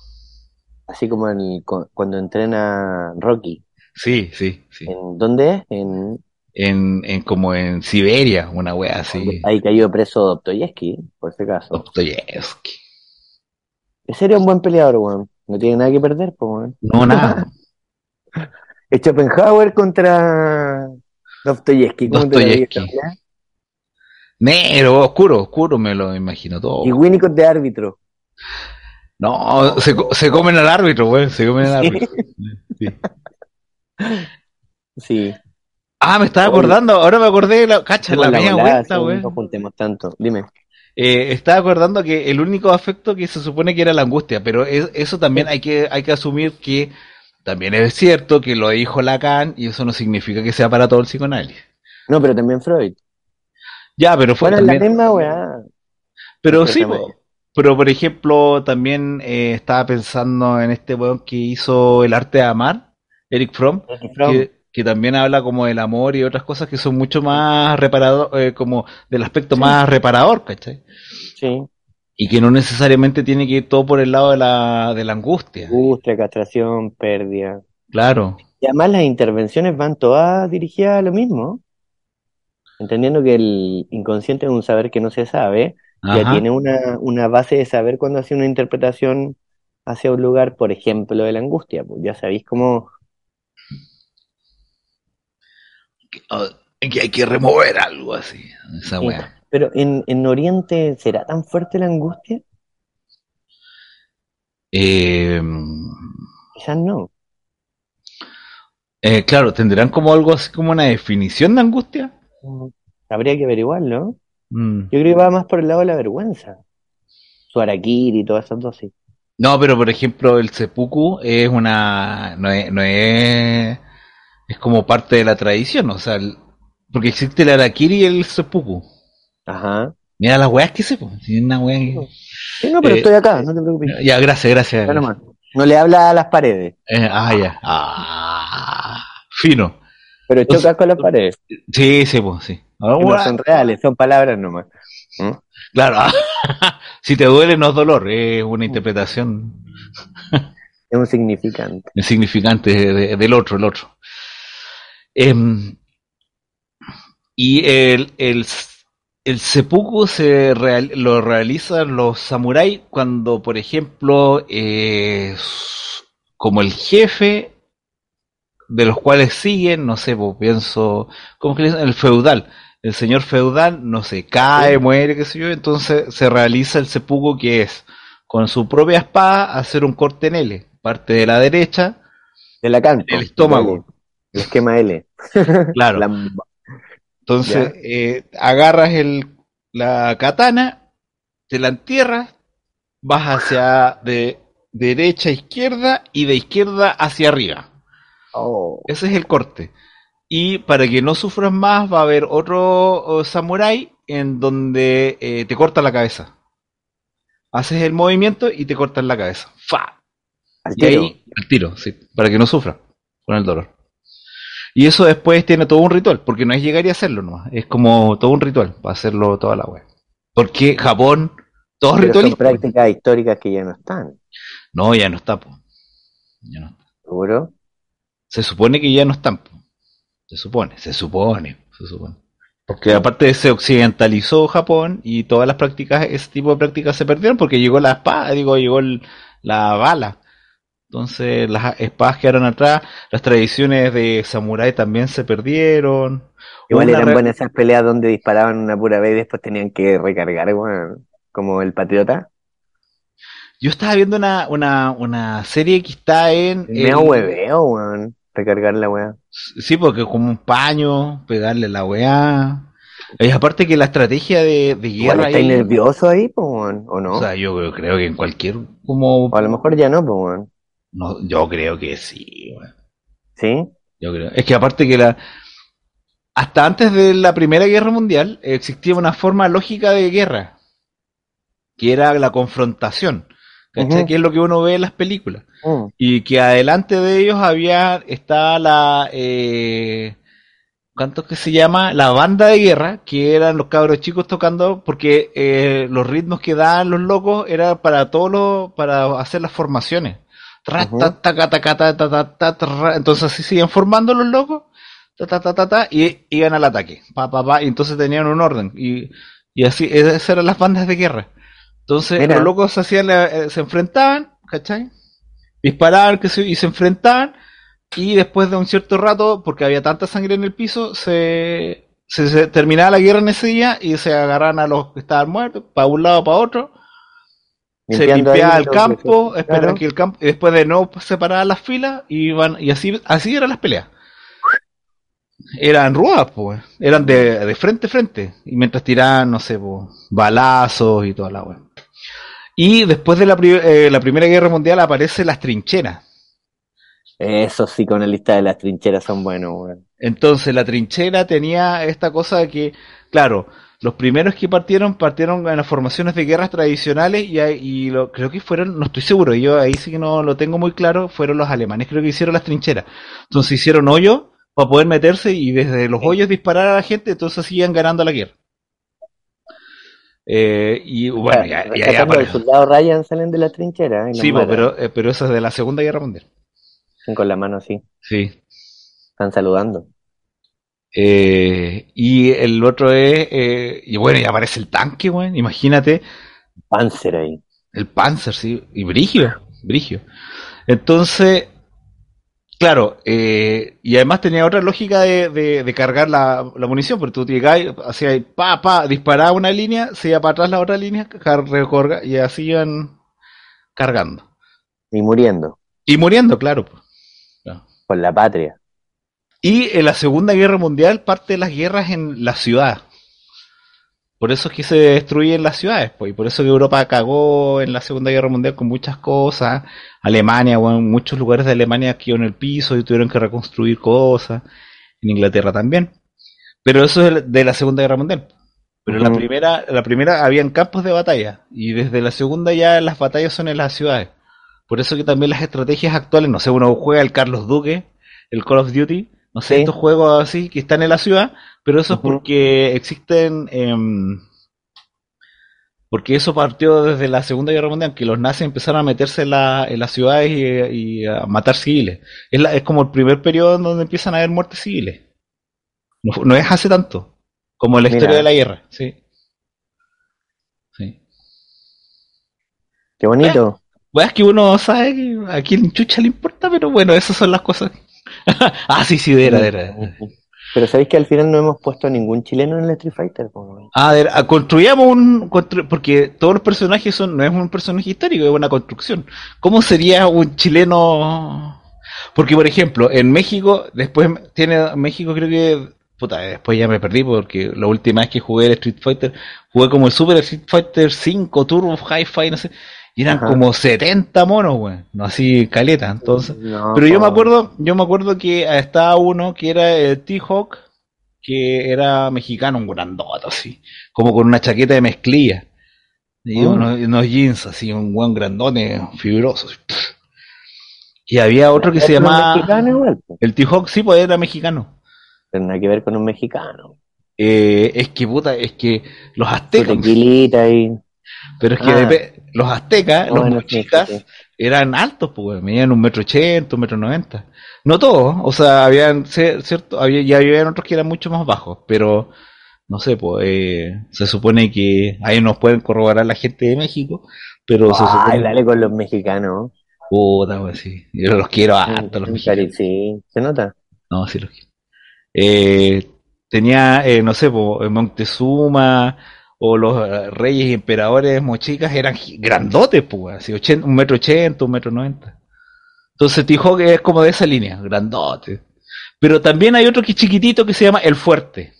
Así como el- cu- cuando entrena Rocky.
Sí, sí, sí.
¿En dónde es? En,
En, en como en Siberia, una wea así.
Ahí cayó preso Dostoyevsky, por si
Oh.
acaso.
Dostoyevsky.
Ese era un buen peleador, weón. No tiene nada que perder, pues, weón.
No, nada.
Es Schopenhauer contra Dostoyevsky. ¿Cómo te la vi esta
Dostoyevsky.
pelea?
Negro, oscuro, oscuro, me lo imagino todo.
Y Winnicott de árbitro.
No, se, co- se comen al árbitro, güey, se comen al árbitro. Sí.
Sí.
Ah, me estaba
Oye.
acordando, ahora me acordé de la, cacha,
Con
la media
volada,
vuelta,
sí,
güey.
No juntemos tanto. Dime.
Eh, estaba acordando que el único afecto que se supone que era la angustia, pero es- eso también hay que, hay que asumir que también es cierto que lo dijo Lacan y eso no significa que sea para todo el psicoanálisis.
No, pero también Freud.
Ya, pero fue
Bueno, es
también,
la misma weá.
pero
Ese
sí,
tema.
po. pero por ejemplo, también eh, estaba pensando en este weón que hizo El arte de amar, Eric Fromm, que, que también habla como del amor y otras cosas que son mucho más reparador, eh, como del aspecto más reparador, ¿cachai?
Sí.
Y que no necesariamente tiene que ir todo por el lado de la, de la angustia.
Angustia, castración, pérdida.
Claro.
Y además las intervenciones van todas dirigidas a lo mismo. Entendiendo que el inconsciente es un saber que no se sabe, ya
Ajá.
tiene una, una base de saber cuando hace una interpretación hacia un lugar, por ejemplo, de la angustia. Pues ya sabéis cómo.
Ah, Que hay que remover algo así. Esa
Sí.
weá.
Pero en, en Oriente, ¿será tan fuerte la angustia?
Eh,
Quizás no.
eh, claro, ¿tendrán como algo así como una definición de angustia?
Habría que averiguarlo.
Mm.
Yo creo que va más por el lado de la vergüenza. Su harakiri y todas esas dos, sí.
No, pero por ejemplo, el seppuku es una. No es, no es. Es como parte de la tradición, o sea. el- porque existe el harakiri y el seppuku.
Ajá.
Mira las weas que se ponen. una wea que-
Sí, no, pero
Eh,
estoy acá, no te preocupes.
Ya, gracias, gracias.
Ya nomás. No le habla a las paredes,
Eh, ah, ya. Ah, fino.
pero chocas con las paredes.
Sí, sí, pues, sí. Ah,
No
wea.
son reales, son palabras nomás.
Claro. si te duele, no es dolor. Es una interpretación
Es un significante.
insignificante de- del otro, el otro. Em, y el, el, el seppuku se real- lo realizan los samuráis cuando, por ejemplo, eh, como el jefe de los cuales siguen, no sé, pues, pienso, ¿cómo que le dicen? El feudal. El señor feudal, no sé, cae, muere, qué sé yo, entonces se realiza el seppuku que es con su propia espada hacer un corte en L, parte de la derecha,
De la canto.
El estómago.
El esquema L.
claro.
La-
Entonces, eh, agarras el, la katana, te la entierras, vas hacia de derecha a izquierda y de izquierda hacia arriba.
Oh,
Ese es el corte. Y para que no sufras más, va a haber otro eh, samurái en donde eh, te corta la cabeza. Haces el movimiento y te cortas la cabeza. ¡Fa!
al
Y
tiro.
ahí, al tiro, sí, para que no sufra con el dolor. Y eso después tiene todo un ritual, porque no es llegar y hacerlo nomás, es como todo un ritual para hacerlo toda la web. Porque Japón, todos
Pero son
ritualistas.
prácticas históricas que ya no están,
No, ya no está, po. Ya no está.
seguro.
Se supone que ya no están, po. Se supone, se supone, se supone. Porque aparte se occidentalizó Japón y todas las prácticas, ese tipo de prácticas se perdieron porque llegó la espada, digo, llegó el- la bala. Entonces las espadas quedaron atrás, las tradiciones de samurái también se perdieron.
Igual
Una
eran
re-
buenas esas peleas donde disparaban una pura vez y después tenían que recargar, weón. como el patriota.
Yo estaba viendo una, una, una serie que está en...
Me
en-
hueveo, weón. Recargar la weá.
Sí, porque como un paño, pegarle la weá. Y aparte que la estrategia de, de
Igual
guerra
estáis
ahí-
nervioso ahí, po, weón, o no.
O sea, yo creo- creo que en cualquier como
O a lo mejor ya no, po, weón.
no, yo creo que sí, weón.
¿Sí?
Yo creo. Es que aparte que la hasta antes de la Primera Guerra Mundial eh, existía una forma lógica de guerra. que era la confrontación. ¿Cachai?
Ujú.
Que es lo que uno ve en las películas.
Mm.
Y que adelante de ellos había, está la, eh, ¿cuánto es que se llama? La banda de guerra, que eran los cabros chicos tocando, porque eh, los ritmos que daban los locos era para todos los, para hacer las formaciones. Tra,
Ujú.
ta, taca, taca, ta, ta, ta, ta, tra. Entonces así se iban formando los locos, ta, ta, ta, ta, ta, y iban al ataque, pa, pa, pa, y entonces tenían un orden, y, y así, e, esas eran las bandas de guerra. Entonces
Mira.
los locos se hacían, la- eh, se enfrentaban, ¿cachai? Disparaban, que y se enfrentaban, y después de un cierto rato, porque había tanta sangre en el piso, se, se, se terminaba la guerra en ese día y se agarraban a los que estaban muertos, para un lado, para otro, se
Limpiando ahí
limpiaba el
lo que-
campo,
claro.
esperaban que el campo, y después de no separar las filas, iban, y así, así eran las peleas. Eran ruas, pues, eran de, de frente a frente, y mientras tiraban, no sé, po, balazos y toda la wea. Y después de la, pri- eh, la Primera Guerra Mundial aparecen las trincheras.
Esos psicoanalistas de las trincheras son buenos, weón.
Entonces la trinchera tenía esta cosa de que, claro, los primeros que partieron partieron en las formaciones de guerras tradicionales y, ahí- y lo, creo que fueron, no estoy seguro, yo ahí sí que no lo tengo muy claro, fueron los alemanes, creo que hicieron las trincheras. Entonces hicieron hoyos para poder meterse y desde los hoyos disparar a la gente, entonces siguen ganando la guerra. Eh, y bueno, ya, ya- ya
Rescatando
para-
al soldado Ryan salen de las trincheras y los
Sí, po,
matan.
pero, eh, pero eso es de la Segunda Guerra Mundial.
Están Con la mano así.
Sí,
Están saludando.
Eh, y el otro es, eh, y bueno, y aparece el tanque, weón, imagínate,
Panzer ahí.
el Panzer, sí, y Brigio, Brigio. Entonces, claro, eh, y además tenía otra lógica de, de- de cargar la, la munición, porque tú llegabas, hacías ahí, pa, pa, disparaba una línea, se iba para atrás la otra línea, car- recorga- y así iban cargando.
Y muriendo.
Y muriendo, claro. pues. po.
Por la patria.
Y en la Segunda Guerra Mundial parte de las guerras en la ciudad. Por eso es que se destruyen las ciudades, pues, y por eso que Europa cagó en la Segunda Guerra Mundial con muchas cosas. Alemania, bueno, muchos lugares de Alemania quedaron en el piso y tuvieron que reconstruir cosas. En Inglaterra también. Pero eso es el- de la Segunda Guerra Mundial. Pero la
Ujú.
primera, la primera habían campos de batalla y desde la segunda ya las batallas son en las ciudades. Por eso que también las estrategias actuales, no sé, uno juega el Carlos Duque, el Call of Duty, no sé,
Sí.
estos juegos así que están en la ciudad, pero eso es
Ujú.
porque existen, em, porque eso partió desde la Segunda Guerra Mundial, que los nazis empezaron a meterse en, la- en las ciudades y, y a matar civiles. Es, la- es como el primer periodo en donde empiezan a haber muertes civiles. No, fu- no es hace tanto, como en la
Mira.
historia de la guerra, sí. Sí.
Qué
Eh.
bonito.
Bueno, es que uno sabe que a quién chucha le importa, pero bueno, esas son las cosas. ah, sí, sí, de era, de era.
Pero sabéis que al final no hemos puesto a ningún chileno en el Street Fighter, po, weón?
Ah, de era. construyamos un. constru- porque todos los personajes son. No es un personaje histórico, es una construcción. ¿Cómo sería un chileno.? Porque, por ejemplo, en México, después tiene. México creo que. Puta, después ya me perdí porque la última vez que jugué el Street Fighter, jugué como el Super Street Fighter 5, Turbo, Hi-Fi, no sé. Y eran
Ajá.
como 70 monos, güey. No así caleta, entonces.
No,
Pero yo
po,
me acuerdo, yo me acuerdo que estaba uno que era el T-Hawk, que era mexicano, un grandote así, como con una chaqueta de mezclilla. Y
Mm.
unos, unos jeans así, un buen grandote, fibroso. así, pff. Y había otro que se
Pero un
llamaba...
mexicano igual, po.
El T-Hawk sí, pues era mexicano.
Pero nada que ver con un mexicano.
Eh, es que puta, es que los
Su
aztecas,
tequilita y.
pero es que
Ah.
depe- los
No,
aztecas, Ah, los
bueno, sí,
mochicas,
sí, sí.
eran altos, pues, weón, medían un metro ochenta, un metro noventa. No todos, o sea, habían, ce- cierto, había, ya habían otros que eran mucho más bajos, pero no sé, pues, eh, se supone que ahí nos pueden corroborar la gente de México, pero se
Ay,
supone
dale con los mexicanos.
puta, weón, sí, yo los quiero harto, Ah, los
Mm,
mexicanos.
cari- Sí, se nota.
No, sí lo quiero. Eh, tenía, eh, no sé, po, eh, Moctezuma o los eh, reyes y emperadores mochicas eran gi- grandotes, pues, así, 80, un metro ochenta, un metro noventa. Entonces T-Hawk es como de esa línea, grandote. Pero también hay otro que es chiquitito que se llama El Fuerte,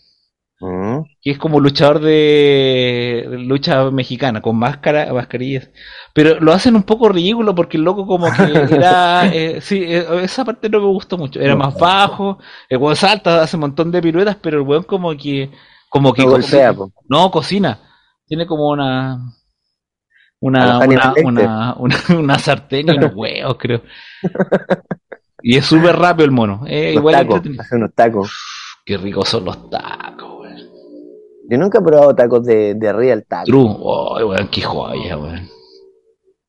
Mm.
que es como luchador de de lucha mexicana, con máscara, mascarillas. Pero lo hacen un poco ridículo porque el loco como que era... eh, sí, eh, esa parte no me gustó mucho. Era más bajo, el weón salta, hace un montón de piruetas, pero el weón como que... Como que
No golpea,
cocina.
po.
No, cocina. Tiene como una... Una,
A los este.
una,
Hannibal
una, una- una sartén y unos huevos, creo. Y es súper rápido el mono. Eh,
Unos
igual
tacos,
entretenido.
hace unos tacos.
Qué ricos son los tacos, weón.
Yo nunca he probado tacos de, de real taco.
True. Oh, weón, qué joya, weón.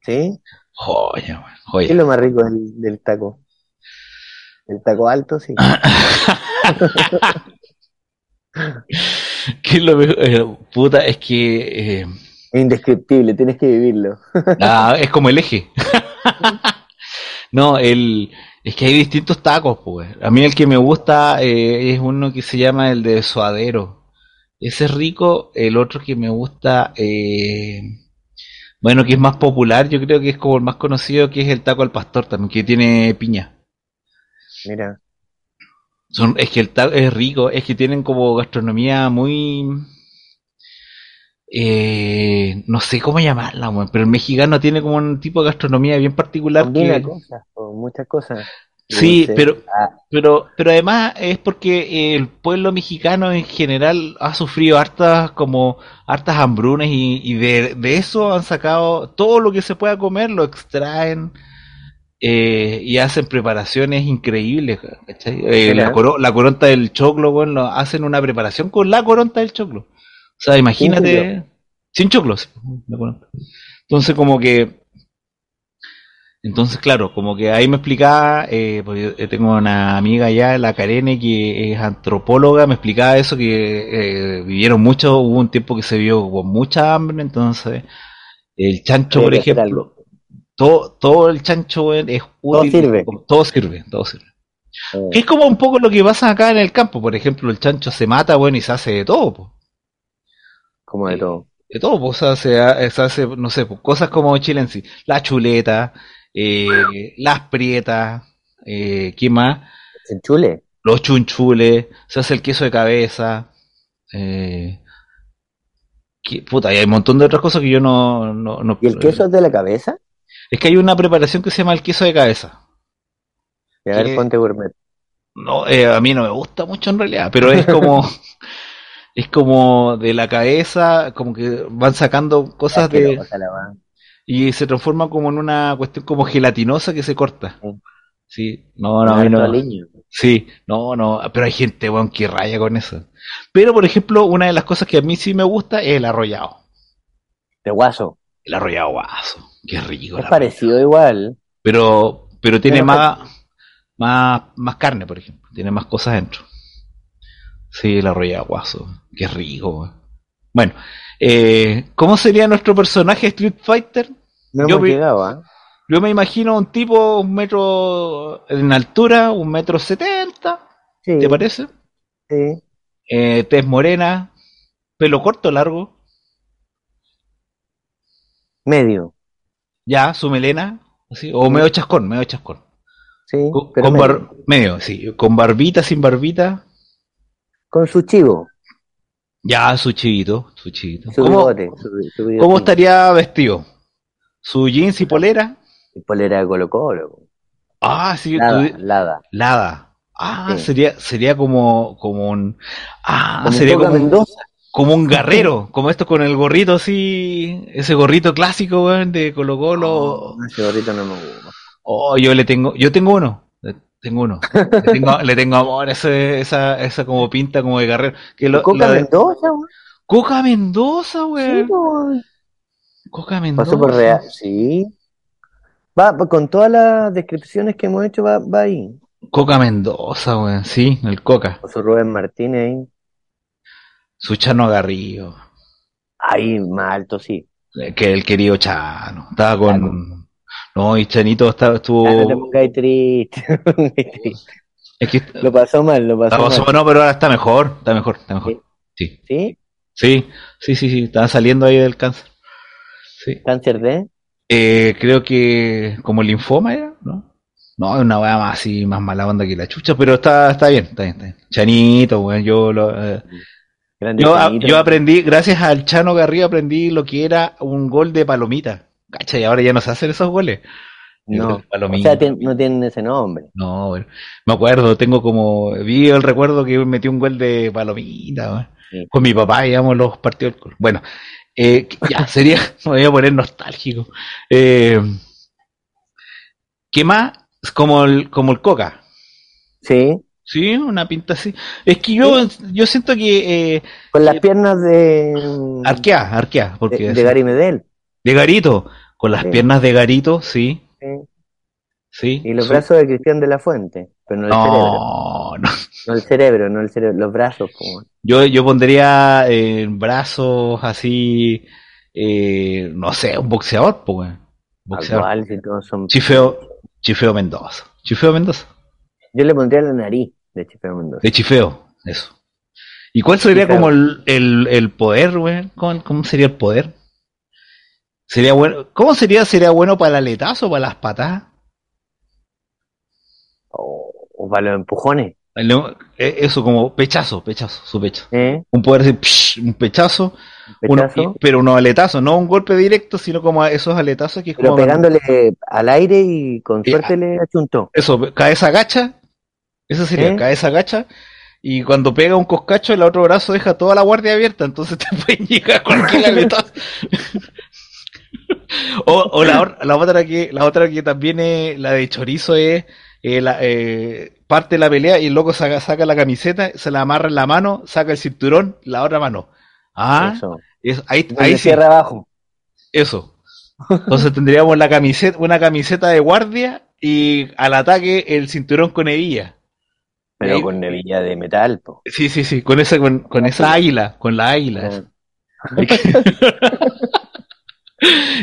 ¿Sí?
Joya, weón.
¿Qué
Joya.
es lo más rico del, del taco? El taco alto, sí.
Ah. ¿Qué es lo mejor? Eh, puta, es que. eh,
Es indescriptible, tienes que vivirlo.
ah, es como el eje. no, el. Es que hay distintos tacos, pues. A mí el que me gusta eh, es uno que se llama el de suadero. Ese es rico. El otro que me gusta. eh, bueno, que es más popular, yo creo que es como el más conocido, que es el taco al pastor también, que tiene piña.
Mira,
Son, es que el tal es rico, es que tienen como gastronomía muy... eh, no sé cómo llamarla, weón, pero el mexicano tiene como un tipo de gastronomía bien particular
combina
que...
cosas, o muchas cosas.
Sí,
Dulce.
pero,
Ah,
pero, pero además es porque el pueblo mexicano en general ha sufrido hartas como hartas hambrunas y, y de, de eso han sacado todo lo que se pueda comer, lo extraen eh, y hacen preparaciones increíbles. ¿cachai? Eh, la,
Mira.
coro- la coronta del choclo, bueno, lo- hacen una preparación con la coronta del choclo. O sea, imagínate, sin choclos. la coronta. Entonces como que entonces, claro, como que ahí me explicaba, eh, porque yo tengo una amiga allá, la Karene, que es antropóloga, me explicaba eso, que eh, vivieron mucho, hubo un tiempo que se vio con mucha hambre, entonces el chancho,
Había
por
que hacer
ejemplo, todo, todo el chancho weón, es útil,
sirve.
todo sirve, todo sirve.
eh,
Es como un poco lo que pasa acá en el campo, por ejemplo, el chancho se mata, bueno, y se hace de todo, po
como de todo.
de todo, pues, o sea, se, ha- se hace, no sé, pues, cosas como Chile en sí, la chuleta, eh, las prietas, eh, ¿qué más?
Chinchule,
Los chunchules, se hace el queso de cabeza, eh, que- puta, y hay un montón de otras cosas que yo no, no, no- eh,
¿Y el queso es de la cabeza?
Es que hay una preparación que se llama el queso de cabeza.
Y a ver,
¿Qué?
ponte gourmet.
No, eh, a mí no me gusta mucho en realidad, pero es como, es como de la cabeza, como que van sacando
Ah,
cosas de...
Asquerosa la va.
Y se transforma como en una cuestión como gelatinosa que se corta.
Mm.
Sí, no, no, a mí
Harto
no.
aliño.
Sí, no, no, pero hay gente, weón, que raya con eso. Pero, por ejemplo, una de las cosas que a mí sí me gusta es el arrollado.
De guaso.
El arrollado guaso. Qué rico. el
Es
arrollado.
parecido igual.
Pero, pero tiene
Pero-
más, más, más carne, por ejemplo. Tiene más cosas dentro. Sí, el arrollado guaso. Qué rico, weón. Bueno, eh, ¿cómo sería nuestro personaje Street Fighter?
No
Yo
hemos
vi-
llegado, ¿ah?
Yo me imagino un tipo, un metro en altura, un metro setenta,
Sí,
¿te parece?
sí.
Eh, tez morena, pelo corto, largo,
Medio,
ya, su melena, así, o medio chascón, medio chascón.
sí.
Con,
Uh, pero
con
medio.
bar- medio, sí, con barbita, sin barbita,
Con su chivo,
ya, su chivito, su chivito.
su
¿Cómo,
bigote, su, su bigotín.
cómo estaría vestido? ¿Su jeans y polera?
Y polera de Colo Colo.
Ah, sí,
Lada,
tu-
Lada.
lada. Ah,
Sí.
sería, sería como, como un, ah,
Como
sería
Coca
como un-
Mendoza.
Como un guerrero, como esto con el gorrito así, ese gorrito clásico, weón, de Colo Colo.
No, ese gorrito no me gusta.
Oh, yo le tengo, yo tengo uno, le- tengo uno. Le tengo, le tengo amor a ese- esa, esa como pinta como de guerrero. Que lo-
Coca
la de-
Mendoza, güey.
Coca Mendoza, weón.
Sí, güey.
Coca Mendoza.
Pasó por Real. Sí. Va, va, con todas las descripciones que hemos hecho, va, va ahí.
Coca Mendoza, weón, sí, el Coca.
Pasó Rubén Martínez ahí.
Su Chano Garrido,
Ahí, más alto, sí.
eh, que el querido Chano. Estaba con, no, y Chanito estaba,
Ah, no te
estuvo,
pongas triste. no te pongas triste.
es que,
Lo pasó mal, lo pasó
la pasó-
mal.
no, pero ahora está mejor, está mejor, está mejor. Sí.
¿Sí?
Sí, sí, sí, sí, estaba saliendo ahí del cáncer. Sí.
¿Cáncer de?
Eh, creo que como linfoma era, ¿no? No, es una weá más así, más mala onda que la chucha, pero está, está bien, está bien, está bien. Chanito, weón, yo lo, eh,
Grande
yo, ah,
Chanito.
yo aprendí, gracias al Chano Garrido aprendí lo que era un gol de palomita. Cacha, y ahora ya no se hacen esos goles. El
No.
gol de
O
palomita.
sea, tien- no tienen ese nombre.
No, weón. me acuerdo, tengo como, vi el recuerdo que metí un gol de palomita, weón.
Sí.
Con mi papá íbamos a los partidos. del Colo. Bueno, Eh, ya, sería, me voy a poner nostálgico. Eh, ¿Qué más? Como el, como el coca.
Sí,
Sí, una pinta así. Es que yo, yo siento que eh,
con las piernas de,
arquea, arquea,
de,
porque
de Gary Medel.
de Garito, con las
Sí.
piernas de Garito, sí,
sí.
sí.
Y los
sí.
brazos de Cristian de la Fuente, pero no el cerebro.
No, no.
No el cerebro, no el cerebro, los brazos. Como...
Yo, yo pondría eh, brazos así, eh, no sé, un boxeador, pues, weón. boxeador.
Igual, si todos son...
Chifeo, Chifeo Mendoza. Chifeo Mendoza.
Yo le pondría la nariz de Chifeo Mendoza.
De Chifeo, eso. ¿Y cuál sería
Chifeo.
como el, el, el poder, güey? ¿Cómo, cómo sería el poder? Sería bueno, ¿cómo sería? ¿Sería bueno para el aletazo o para las patadas?
O, o para los empujones.
El- eh, Eso como pechazo, pechazo, su pecho.
¿eh?
Un poder así, psh, un pechazo, uno-
Pechazo.
y- pero unos aletazos, no un golpe directo, sino como a esos aletazos que es
Pero
como-
pegándole al aire y con
Eh,
suerte le achuntó.
Eso, cabeza gacha, eso sería,
¿Eh?
cabeza gacha, y cuando pega un coscacho, el otro brazo deja toda la guardia abierta, entonces te pueden llegar cualquier aletazo. o o la, or- la otra que, la otra que también es la de chorizo es eh, la, eh, parte de la pelea y el loco saca, saca la camiseta, se la amarra en la mano, saca el cinturón, la otra mano. Ah,
Eso.
es- ahí,
Donde
ahí sí,
cierra abajo.
eso. Entonces tendríamos la camiseta, una camiseta de guardia y al ataque el cinturón con hebilla.
Pero
Ahí-
con nevilla de metal, po.
Sí, sí, sí, con esa, con, con
Ah.
esa águila, con la águila. esa.
No,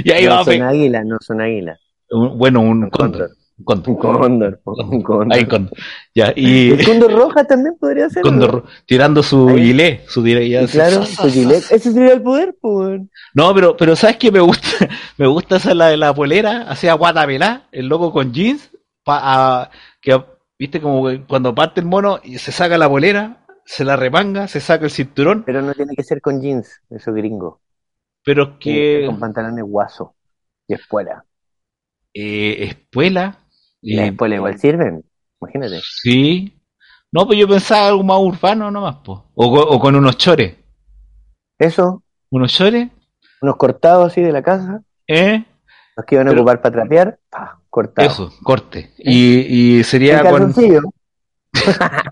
Y ahí
no
va a
son
pe-
águilas, no son águilas.
un- bueno, un
Un
cóndor.
cóndor.
Un
Un
cóndor.
cóndor, po, un cóndor.
Ahí cóndor. Ya, y
El cóndor roja también podría ser. ¿no?
cóndor tirando su
Ahí.
gilet, su gilet, ya
Y
así,
claro,
sa, sa,
su
sa.
gilet. Ese sería el poder, pues.
No, pero, pero ¿sabes qué? Me gusta, me gusta esa la de la polera, hacía guatapelá, el loco con jeans, pa- a- que viste como que cuando parte el mono y se saca la polera, se la remanga, se saca el cinturón,
Pero no tiene que ser con jeans, eso gringo.
pero es
Tiene que
que
ser Con pantalones guaso y espuela.
eh, espuela,
Las
eh,
espuelas igual sirven, imagínate.
sí, no, pues yo pensaba algo más urbano nomás, po. O, co- o con unos chores,
Eso,
unos chores,
unos cortados así de la casa,
eh,
los que iban a
Pero-
ocupar para trapear, pa, cortados.
eso, corte, y, y
En
sería con,
calzoncillo.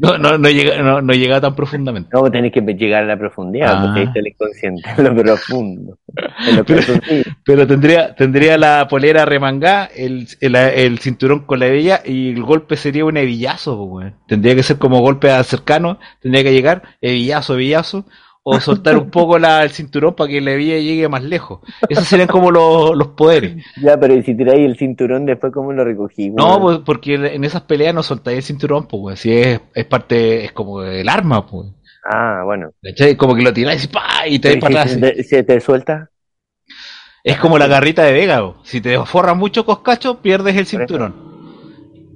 no, no, no llega, no, no llega tan profundamente.
No, tenés que llegar a la profundidad,
Ah.
porque ahí está el inconsciente, en lo profundo. En lo
Pero-
calzoncillos.
Pero tendría, tendría la polera remangada, el, el, el cinturón con la hebilla y el golpe sería un hevillazo, po, weón. Tendría que ser como golpe a cercano, tendría que llegar, hevillazo, hevillazo, o soltar un poco la, el cinturón para que la hebilla llegue más lejos. Esos serían como los, los poderes.
Ya, pero ¿y si tiráis el cinturón después cómo lo recogí?
No,
weón?
pues, porque en esas peleas no soltáis el cinturón, pues, weón. Si es, es parte, es como el arma, pues.
Ah, bueno.
¿Cachai? Como que lo tiráis y pa, y te vais
Pero
para
¿y si
atrás.
te- ¿Se te suelta?
Es como la garrita de Vega, bo. si te forras mucho coscacho, pierdes el cinturón.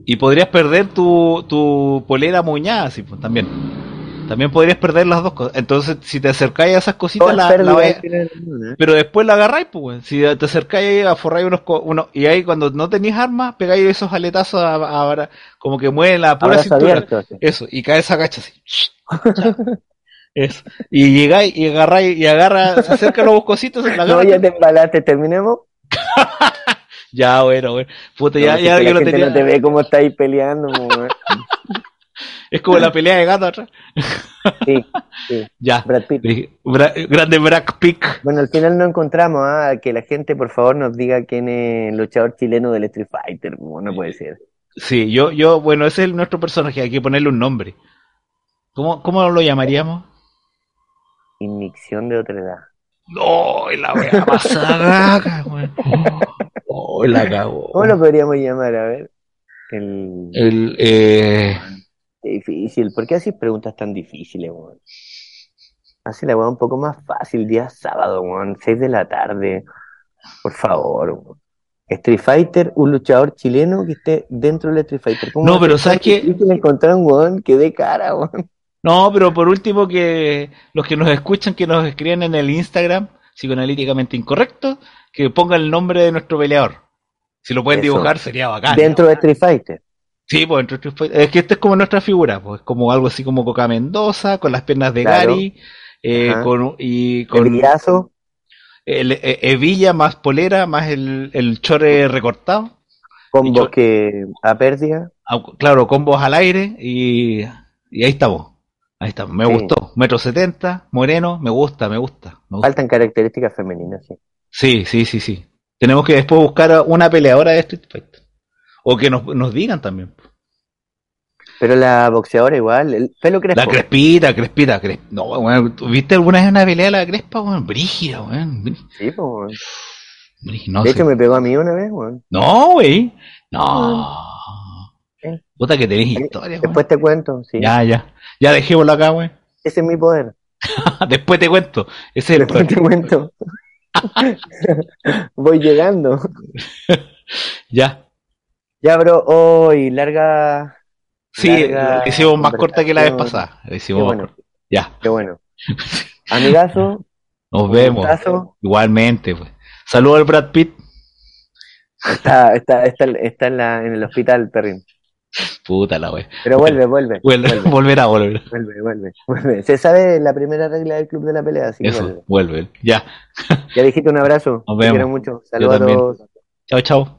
Y podrías perder tu, tu polera moñada, así pues, también. También podrías perder las dos cosas. Entonces, si te acercáis a esas cositas,
Todas
la- la
pérdidas
vais-
al final del mundo, ¿eh?
pero después la agarráis, pues, weón. Si te acercáis, aforráis unos, co- unos. Y ahí, cuando no tenéis armas, pegáis esos aletazos a, a- a- como que mueven la pura
Abrazo
cintura.
abierto. así.
Eso, y cae esa gacha así. Eso. Y llegáis y agarráis y agarra, se acerca los cositos, la
No,
agarra-
ya te embalaste, terminemos.
Ya, bueno, bueno. Puta, ya,
No,
ya
si la
yo lo
gente
tenía.
no te ve cómo estáis peleando, ¿eh? weón.
Es como la pelea de gato atrás.
Sí, sí.
Ya.
Brad Pitt.
Dije, Bra- grande Brack Pick.
Bueno, al final no encontramos ah, que la gente, por favor, nos diga quién es el luchador chileno del Street Fighter. weón, No puede ser.
Sí, yo, yo, bueno, ese es nuestro personaje, hay que ponerle un nombre. ¿Cómo, cómo lo llamaríamos?
Ignición de otra edad.
No, la wea pasada, weón. Oh, la cago.
¿Cómo lo podríamos llamar? A ver. El...
El, eh,
Difícil. ¿Por qué haces preguntas tan difíciles, weón? Hace la weá un poco más fácil. Día sábado, weón. 6 de la tarde. Por favor, weón. Street Fighter, un luchador chileno que esté dentro del Street Fighter. ¿Cómo
No,
va a
pero
ser tan
¿sabes qué?
difícil encontrar un weón que dé cara, weón?
no, pero por último, que los que nos escuchan, que nos escriban en el Instagram, psicoanalíticamente incorrecto, que pongan el nombre de nuestro peleador. Si lo pueden
Eso.
dibujar, sería bacán.
Dentro de Street Fighter.
Sí, pues entre otros, pues, es que esta es como nuestra figura, pues como algo así como Coca Mendoza, con las piernas de
Claro.
Gary, eh,
Ajá.
con, y
Con...
con...
Brillazo.
el, eh, hebilla más polera más el, el chore recortado.
Combos que a pérdida.
Ah, Claro, combos al aire y, y ahí estamos. Ahí estamos. Me
Sí.
gustó. Metro 70, moreno, me gusta, me gusta. Me gusta.
Faltan características femeninas, sí.
Sí, sí, sí, sí. Tenemos que después buscar a una peleadora de Street Fighter. O que nos, nos digan también.
Pero la boxeadora igual, el pelo crespo.
La Crespita, Crespita, Cresp... No, weón, ¿viste alguna vez una pelea de la Crespa, weón? Brígida, weón. brí-
Sí, po, weón.
brí- No,
de
sé.
hecho, me pegó a mí una vez, weón.
no, güey. No.
Sí.
Puta que tenés historia, weón.
Después te cuento, sí.
Ya, ya. Ya dejémoslo acá, weón.
Ese es mi poder.
Después te cuento. Ese es el
Después te
problema.
cuento. Voy llegando.
Ya.
Ya, bro, hoy larga.
Sí,
Larga
la hicimos más corta que la vez
conversación.
pasada. La
Qué
hicimos más
bueno,
corta. Ya.
qué bueno. Amigazo,
Nos
Un
vemos.
gustazo.
Igualmente, pues. Saludos al Brad Pitt.
está, está, está, está en, la- en el hospital, perrín.
Puta la wea.
Pero vuelve, vuelve,
Vuelve- volverá, volver.
vuelve, vuelve, vuelve. Se sabe la primera regla del club de la pelea, así que
Eso,
vuelve.
vuelve. Ya.
Ya dijiste un abrazo.
Nos
Te
vemos.
quiero mucho. Saludos a
también.
todos.
Chao, chao.